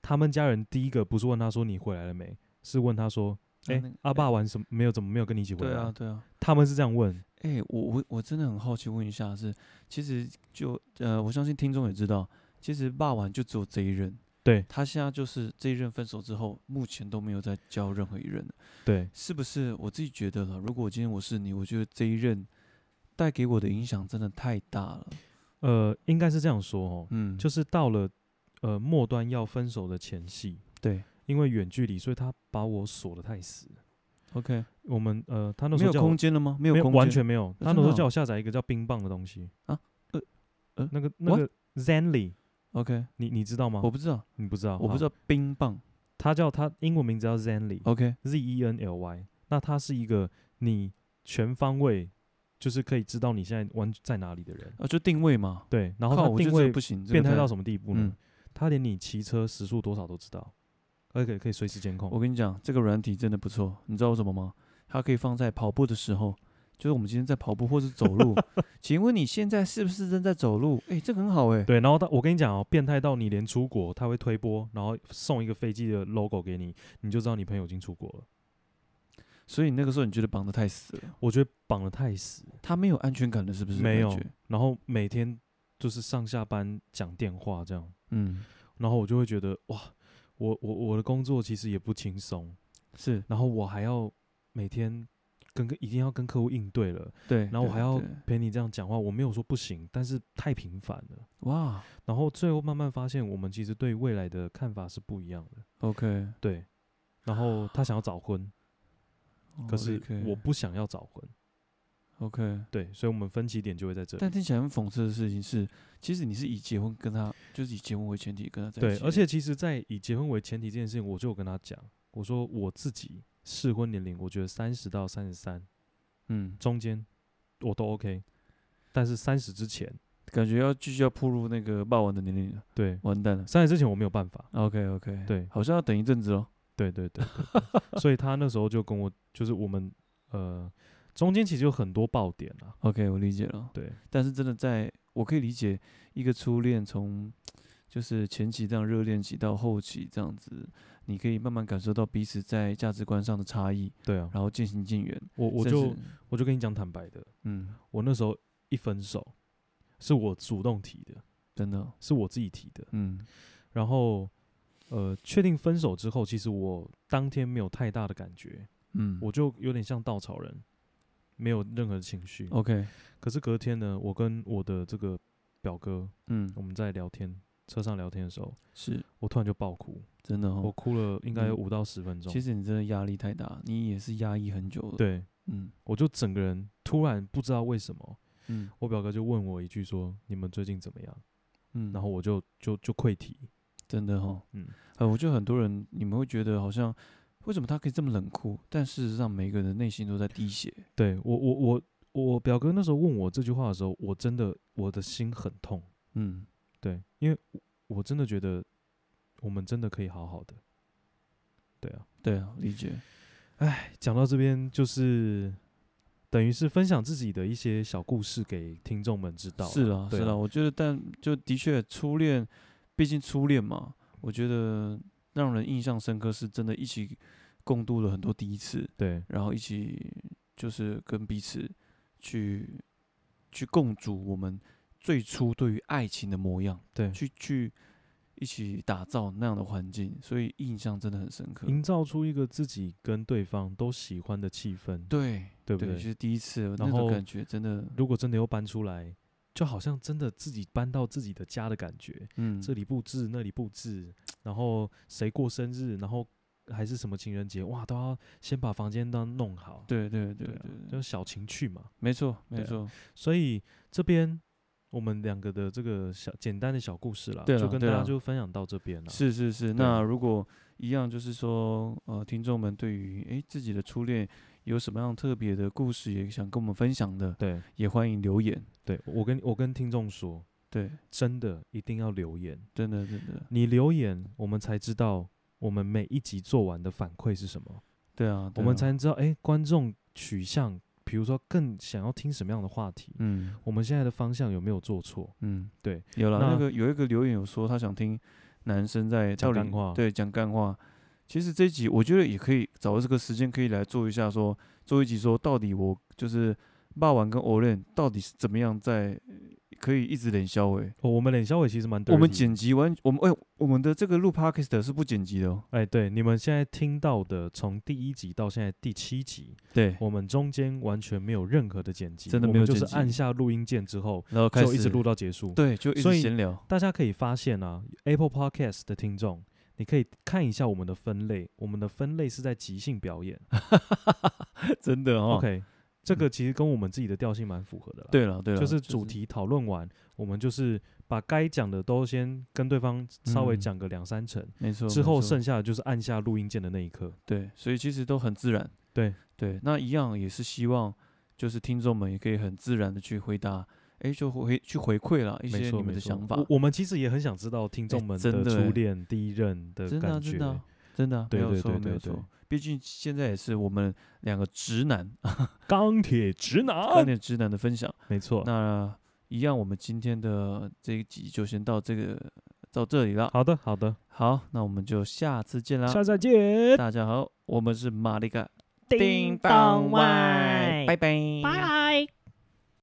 Speaker 1: 他们家人第一个不是问他说你回来了没，是问他说，
Speaker 2: 那
Speaker 1: 哎、
Speaker 2: 啊那个
Speaker 1: 阿爸玩什么没有？怎么没有跟你一起回
Speaker 2: 对
Speaker 1: 来？
Speaker 2: 啊，对啊。
Speaker 1: 他们是这样问，
Speaker 2: 哎、我我我真的很好奇，问一下是，其实就呃，我相信听众也知道，其实霸王就只有这一任，
Speaker 1: 对
Speaker 2: 他现在就是这一任分手之后，目前都没有再交任何一任了，
Speaker 1: 对，
Speaker 2: 是不是？我自己觉得了，如果今天我是你，我觉得这一任带给我的影响真的太大了。
Speaker 1: 呃，应该是这样说哦，
Speaker 2: 嗯，
Speaker 1: 就是到了呃末端要分手的前夕，
Speaker 2: 对
Speaker 1: 因为远距离，所以他把我锁得太死。
Speaker 2: ，OK，
Speaker 1: 我们呃，他那
Speaker 2: 没
Speaker 1: 时候
Speaker 2: 有
Speaker 1: 叫我
Speaker 2: 空间了吗？没有
Speaker 1: 没
Speaker 2: 空
Speaker 1: 有
Speaker 2: 间，
Speaker 1: 完全没有，他那时
Speaker 2: 真的
Speaker 1: 候
Speaker 2: 哦
Speaker 1: 叫我下载一个叫冰棒的东西
Speaker 2: 啊呃呃
Speaker 1: 那个那个 Zenly，
Speaker 2: OK，
Speaker 1: 你你知道吗
Speaker 2: 我？不知道，
Speaker 1: 你不知道，
Speaker 2: 我不
Speaker 1: 啊好
Speaker 2: 知道哦冰棒
Speaker 1: 他叫他英文名字叫 Zenly，Z、
Speaker 2: ，OK，
Speaker 1: E N L Y。那他是一个你全方位，就是可以知道你现在玩在哪里的人。
Speaker 2: 啊，就定位嘛。
Speaker 1: 对，然后
Speaker 2: 靠
Speaker 1: 他
Speaker 2: 我就
Speaker 1: 定
Speaker 2: 真的
Speaker 1: 位
Speaker 2: 不行，这个
Speaker 1: 变态
Speaker 2: 太
Speaker 1: 到什么地步呢？
Speaker 2: 嗯
Speaker 1: 他连你骑车时速多少都知道，而且可以随时监控。
Speaker 2: 我跟你讲，这个软体真的不错，你知道为什么吗？它可以放在跑步的时候，就是我们今天在跑步或是走 路。请问你现在是不是正在走路？哎、这个很好哎、
Speaker 1: 对，然后他，我跟你讲哦，变态到你连出国，他会推播，然后送一个飞机的 logo 给你，你就知道你朋友已经出国了。
Speaker 2: 所以那个时候你觉得绑得太死了，
Speaker 1: 我觉得绑得太死，
Speaker 2: 它没有安全感了，是不是？
Speaker 1: 没
Speaker 2: 感
Speaker 1: 有
Speaker 2: 觉。
Speaker 1: 然后每天就是上下班讲电话这样，
Speaker 2: 嗯，
Speaker 1: 然后我就会觉得哇，我我我的工作其实也不轻松，
Speaker 2: 是
Speaker 1: 然后我还要每天跟个一定要跟客户应对了，
Speaker 2: 对。
Speaker 1: 然后我
Speaker 2: 哎对
Speaker 1: 还要
Speaker 2: 对
Speaker 1: 陪你这样讲话，我没有说不行，但是太频繁了。
Speaker 2: 哇
Speaker 1: 然后最后慢慢发现，我们其实对未来的看法是不一样的。
Speaker 2: ，OK，
Speaker 1: 对，然后他想要早婚，可是
Speaker 2: 哦 OK，
Speaker 1: 我不想要早婚。
Speaker 2: OK，
Speaker 1: 对，所以我们分歧点就会在这里。
Speaker 2: 但听起来很讽刺的事情是，其实你是以结婚跟他，就是以结婚为前提跟他在一
Speaker 1: 对
Speaker 2: 起，的。
Speaker 1: 而且其实，在以结婚为前提这件事情，我就有跟他讲，我说我自己适婚年龄，我觉得三十到三十三
Speaker 2: 嗯，
Speaker 1: 中间我都 OK，但是三十之前，
Speaker 2: 感觉要继续要步入那个霸王的年龄了，
Speaker 1: 对，
Speaker 2: 完蛋了。
Speaker 1: 三十之前我没有办法。
Speaker 2: OK OK，
Speaker 1: 对
Speaker 2: 好像要等一阵子哦。
Speaker 1: 对对对对 对所以他那时候就跟我，就是我们呃中间其实有很多爆点啊。
Speaker 2: OK，我理解了。
Speaker 1: 对，
Speaker 2: 但是真的在，我可以理解一个初恋从就是前期这样热恋期到后期这样子，你可以慢慢感受到彼此在价值观上的差异，
Speaker 1: 对啊，
Speaker 2: 然后渐行渐远。
Speaker 1: 我我
Speaker 2: 甚
Speaker 1: 就
Speaker 2: 至
Speaker 1: 我就跟你讲坦白的，
Speaker 2: 嗯，
Speaker 1: 我那时候一分手，是我主动提的，
Speaker 2: 真的，
Speaker 1: 是我自己提的。
Speaker 2: 嗯
Speaker 1: 然后呃，确定分手之后，其实我当天没有太大的感觉，
Speaker 2: 嗯，
Speaker 1: 我就有点像稻草人，没有任何情绪。
Speaker 2: OK，
Speaker 1: 可是隔天呢，我跟我的这个表哥
Speaker 2: 嗯
Speaker 1: 我，们在聊天，车上聊天的时候，
Speaker 2: 是
Speaker 1: 我突然就爆哭，
Speaker 2: 真的
Speaker 1: 我
Speaker 2: 哦。
Speaker 1: 哭了应该有
Speaker 2: 嗯
Speaker 1: 五到十分钟
Speaker 2: 其。实你真的压力太大，你也是压抑很久了。，
Speaker 1: 对，
Speaker 2: 嗯
Speaker 1: 我就整个人突然不知道为什么，
Speaker 2: 嗯
Speaker 1: 我表哥就问我一句说：“你们最近怎么样？”
Speaker 2: 嗯，
Speaker 1: 然后我就就就溃体，
Speaker 2: 真的哦，
Speaker 1: 嗯，
Speaker 2: 呃，我觉得很多人你们会觉得好像为什么他可以这么冷酷，但事实上每个人的内心都在滴血。
Speaker 1: 对我我我我表哥那时候问我这句话的时候，我真的我的心很痛，
Speaker 2: 嗯，
Speaker 1: 对，因为我我真的觉得我们真的可以好好的，对啊。
Speaker 2: 对啊，理解。
Speaker 1: 讲到这边就是等于是分享自己的一些小故事给听众们知道，
Speaker 2: 是啦，
Speaker 1: 对啊
Speaker 2: 是啦，啊我觉得，但就的确，初恋，毕竟初恋嘛，我觉得让人印象深刻，是真的一起共度了很多第一次，
Speaker 1: 对
Speaker 2: 然后一起就是跟彼此去去共筑我们最初对于爱情的模样，
Speaker 1: 对
Speaker 2: 去去一一起打造那样的环境，所以印象真的很深刻。
Speaker 1: 营造出一个自己跟对方都喜欢的气氛，
Speaker 2: 对
Speaker 1: 对不
Speaker 2: 对，
Speaker 1: 对？
Speaker 2: 就是第一次，那
Speaker 1: 然后
Speaker 2: 种感觉真的，
Speaker 1: 如果真的又搬出来，就好像真的自己搬到自己的家的感觉，
Speaker 2: 嗯，
Speaker 1: 这里布置那里布置，然后谁过生日，然后还是什么情人节，哇，都要先把房间都弄好。
Speaker 2: 对对对
Speaker 1: 对
Speaker 2: 对
Speaker 1: 啊，
Speaker 2: 对
Speaker 1: 就是小情趣嘛。
Speaker 2: 没错
Speaker 1: 对
Speaker 2: 没
Speaker 1: 啊
Speaker 2: 错，
Speaker 1: 所以这边我们两个的这个小简单的小故事啦，
Speaker 2: 对
Speaker 1: 就
Speaker 2: 啦
Speaker 1: 跟大
Speaker 2: 对
Speaker 1: 家
Speaker 2: 啦
Speaker 1: 就分享到这边了。
Speaker 2: 是是是。
Speaker 1: 对啊
Speaker 2: 那如果一样，就是说，呃，听众们对于诶自己的初恋有什么样特别的故事，也想跟我们分享的，
Speaker 1: 对
Speaker 2: 也欢迎留言。
Speaker 1: 对，我跟我跟听众说，
Speaker 2: 对，
Speaker 1: 真的一定要留言，
Speaker 2: 真的真的，
Speaker 1: 你留言，我们才知道我们每一集做完的反馈是什么，
Speaker 2: 对啊，
Speaker 1: 我
Speaker 2: 对
Speaker 1: 们
Speaker 2: 啊
Speaker 1: 才能知道哎、诶观众取向，比如说更想要听什么样的话题，
Speaker 2: 嗯
Speaker 1: 我们现在的方向有没有做错？
Speaker 2: 嗯，
Speaker 1: 对，
Speaker 2: 有了那
Speaker 1: 那
Speaker 2: 个有一个留言有说他想听男生在
Speaker 1: 讲
Speaker 2: 到底
Speaker 1: 干话
Speaker 2: 对讲干话。其实这一集我觉得也可以找这个时间可以来做一下说做一集说到底我就是霸王跟 Olen 到底是怎么样在可以一直冷笑诶、
Speaker 1: 哦，我们冷小伟其实蛮 dirty 的，
Speaker 2: 我们剪辑完我们哎、我们的这个录 Podcast 是不剪辑的哦，
Speaker 1: 哎、对，你们现在听到的，从第一集到现在第七集，
Speaker 2: 对，
Speaker 1: 我们中间完全没有任何的剪辑，
Speaker 2: 真的
Speaker 1: 我
Speaker 2: 没有
Speaker 1: 们就是
Speaker 2: 剪辑
Speaker 1: 按下录音键之后，
Speaker 2: 然后开
Speaker 1: 就
Speaker 2: 始
Speaker 1: 一直录到结束。
Speaker 2: 对就一
Speaker 1: 所
Speaker 2: 直
Speaker 1: 以
Speaker 2: 闲聊，
Speaker 1: 大家可以发现啊，Apple Podcast 的听众，你可以看一下我们的分类，我们的分类是在即兴表演。
Speaker 2: 真的哦
Speaker 1: OK，这个其实跟我们自己的调性蛮符合的啦。，
Speaker 2: 对了对了，啊
Speaker 1: 就是主题讨论完，我们就是把该讲的都先跟对方稍微
Speaker 2: 嗯
Speaker 1: 讲个两三成，
Speaker 2: 没错，
Speaker 1: 之
Speaker 2: 没
Speaker 1: 后
Speaker 2: 错
Speaker 1: 剩下的就是按下录音键的那一刻。
Speaker 2: 对，所以其实都很自然。
Speaker 1: 对
Speaker 2: 对，那一样也是希望，就是听众们也可以很自然的去回答，哎，就回去回馈了一
Speaker 1: 没
Speaker 2: 些
Speaker 1: 错，
Speaker 2: 你们
Speaker 1: 没
Speaker 2: 的
Speaker 1: 错
Speaker 2: 想法
Speaker 1: 我。我们其实也很想知道听众
Speaker 2: 哎
Speaker 1: 们
Speaker 2: 真
Speaker 1: 的
Speaker 2: 的
Speaker 1: 初
Speaker 2: 哎
Speaker 1: 恋、第一任的
Speaker 2: 真的啊、
Speaker 1: 感
Speaker 2: 真
Speaker 1: 觉。欸
Speaker 2: 的啊、真的啊、
Speaker 1: 对
Speaker 2: 没有
Speaker 1: 对对
Speaker 2: 错，没
Speaker 1: 对
Speaker 2: 有
Speaker 1: 对
Speaker 2: 错。毕竟现在也是我们两个直 男、
Speaker 1: 钢铁直
Speaker 2: 观
Speaker 1: 男，
Speaker 2: 点直男的分享。
Speaker 1: 没错。
Speaker 2: 那一样，我们今天的这一集就先到这个到这里了。
Speaker 1: 好的，好的，
Speaker 2: 好，那我们就下次见啦。
Speaker 1: 下次再见，
Speaker 2: 大家好，我们是马里嘎。
Speaker 3: 叮当外，拜拜，
Speaker 4: 拜。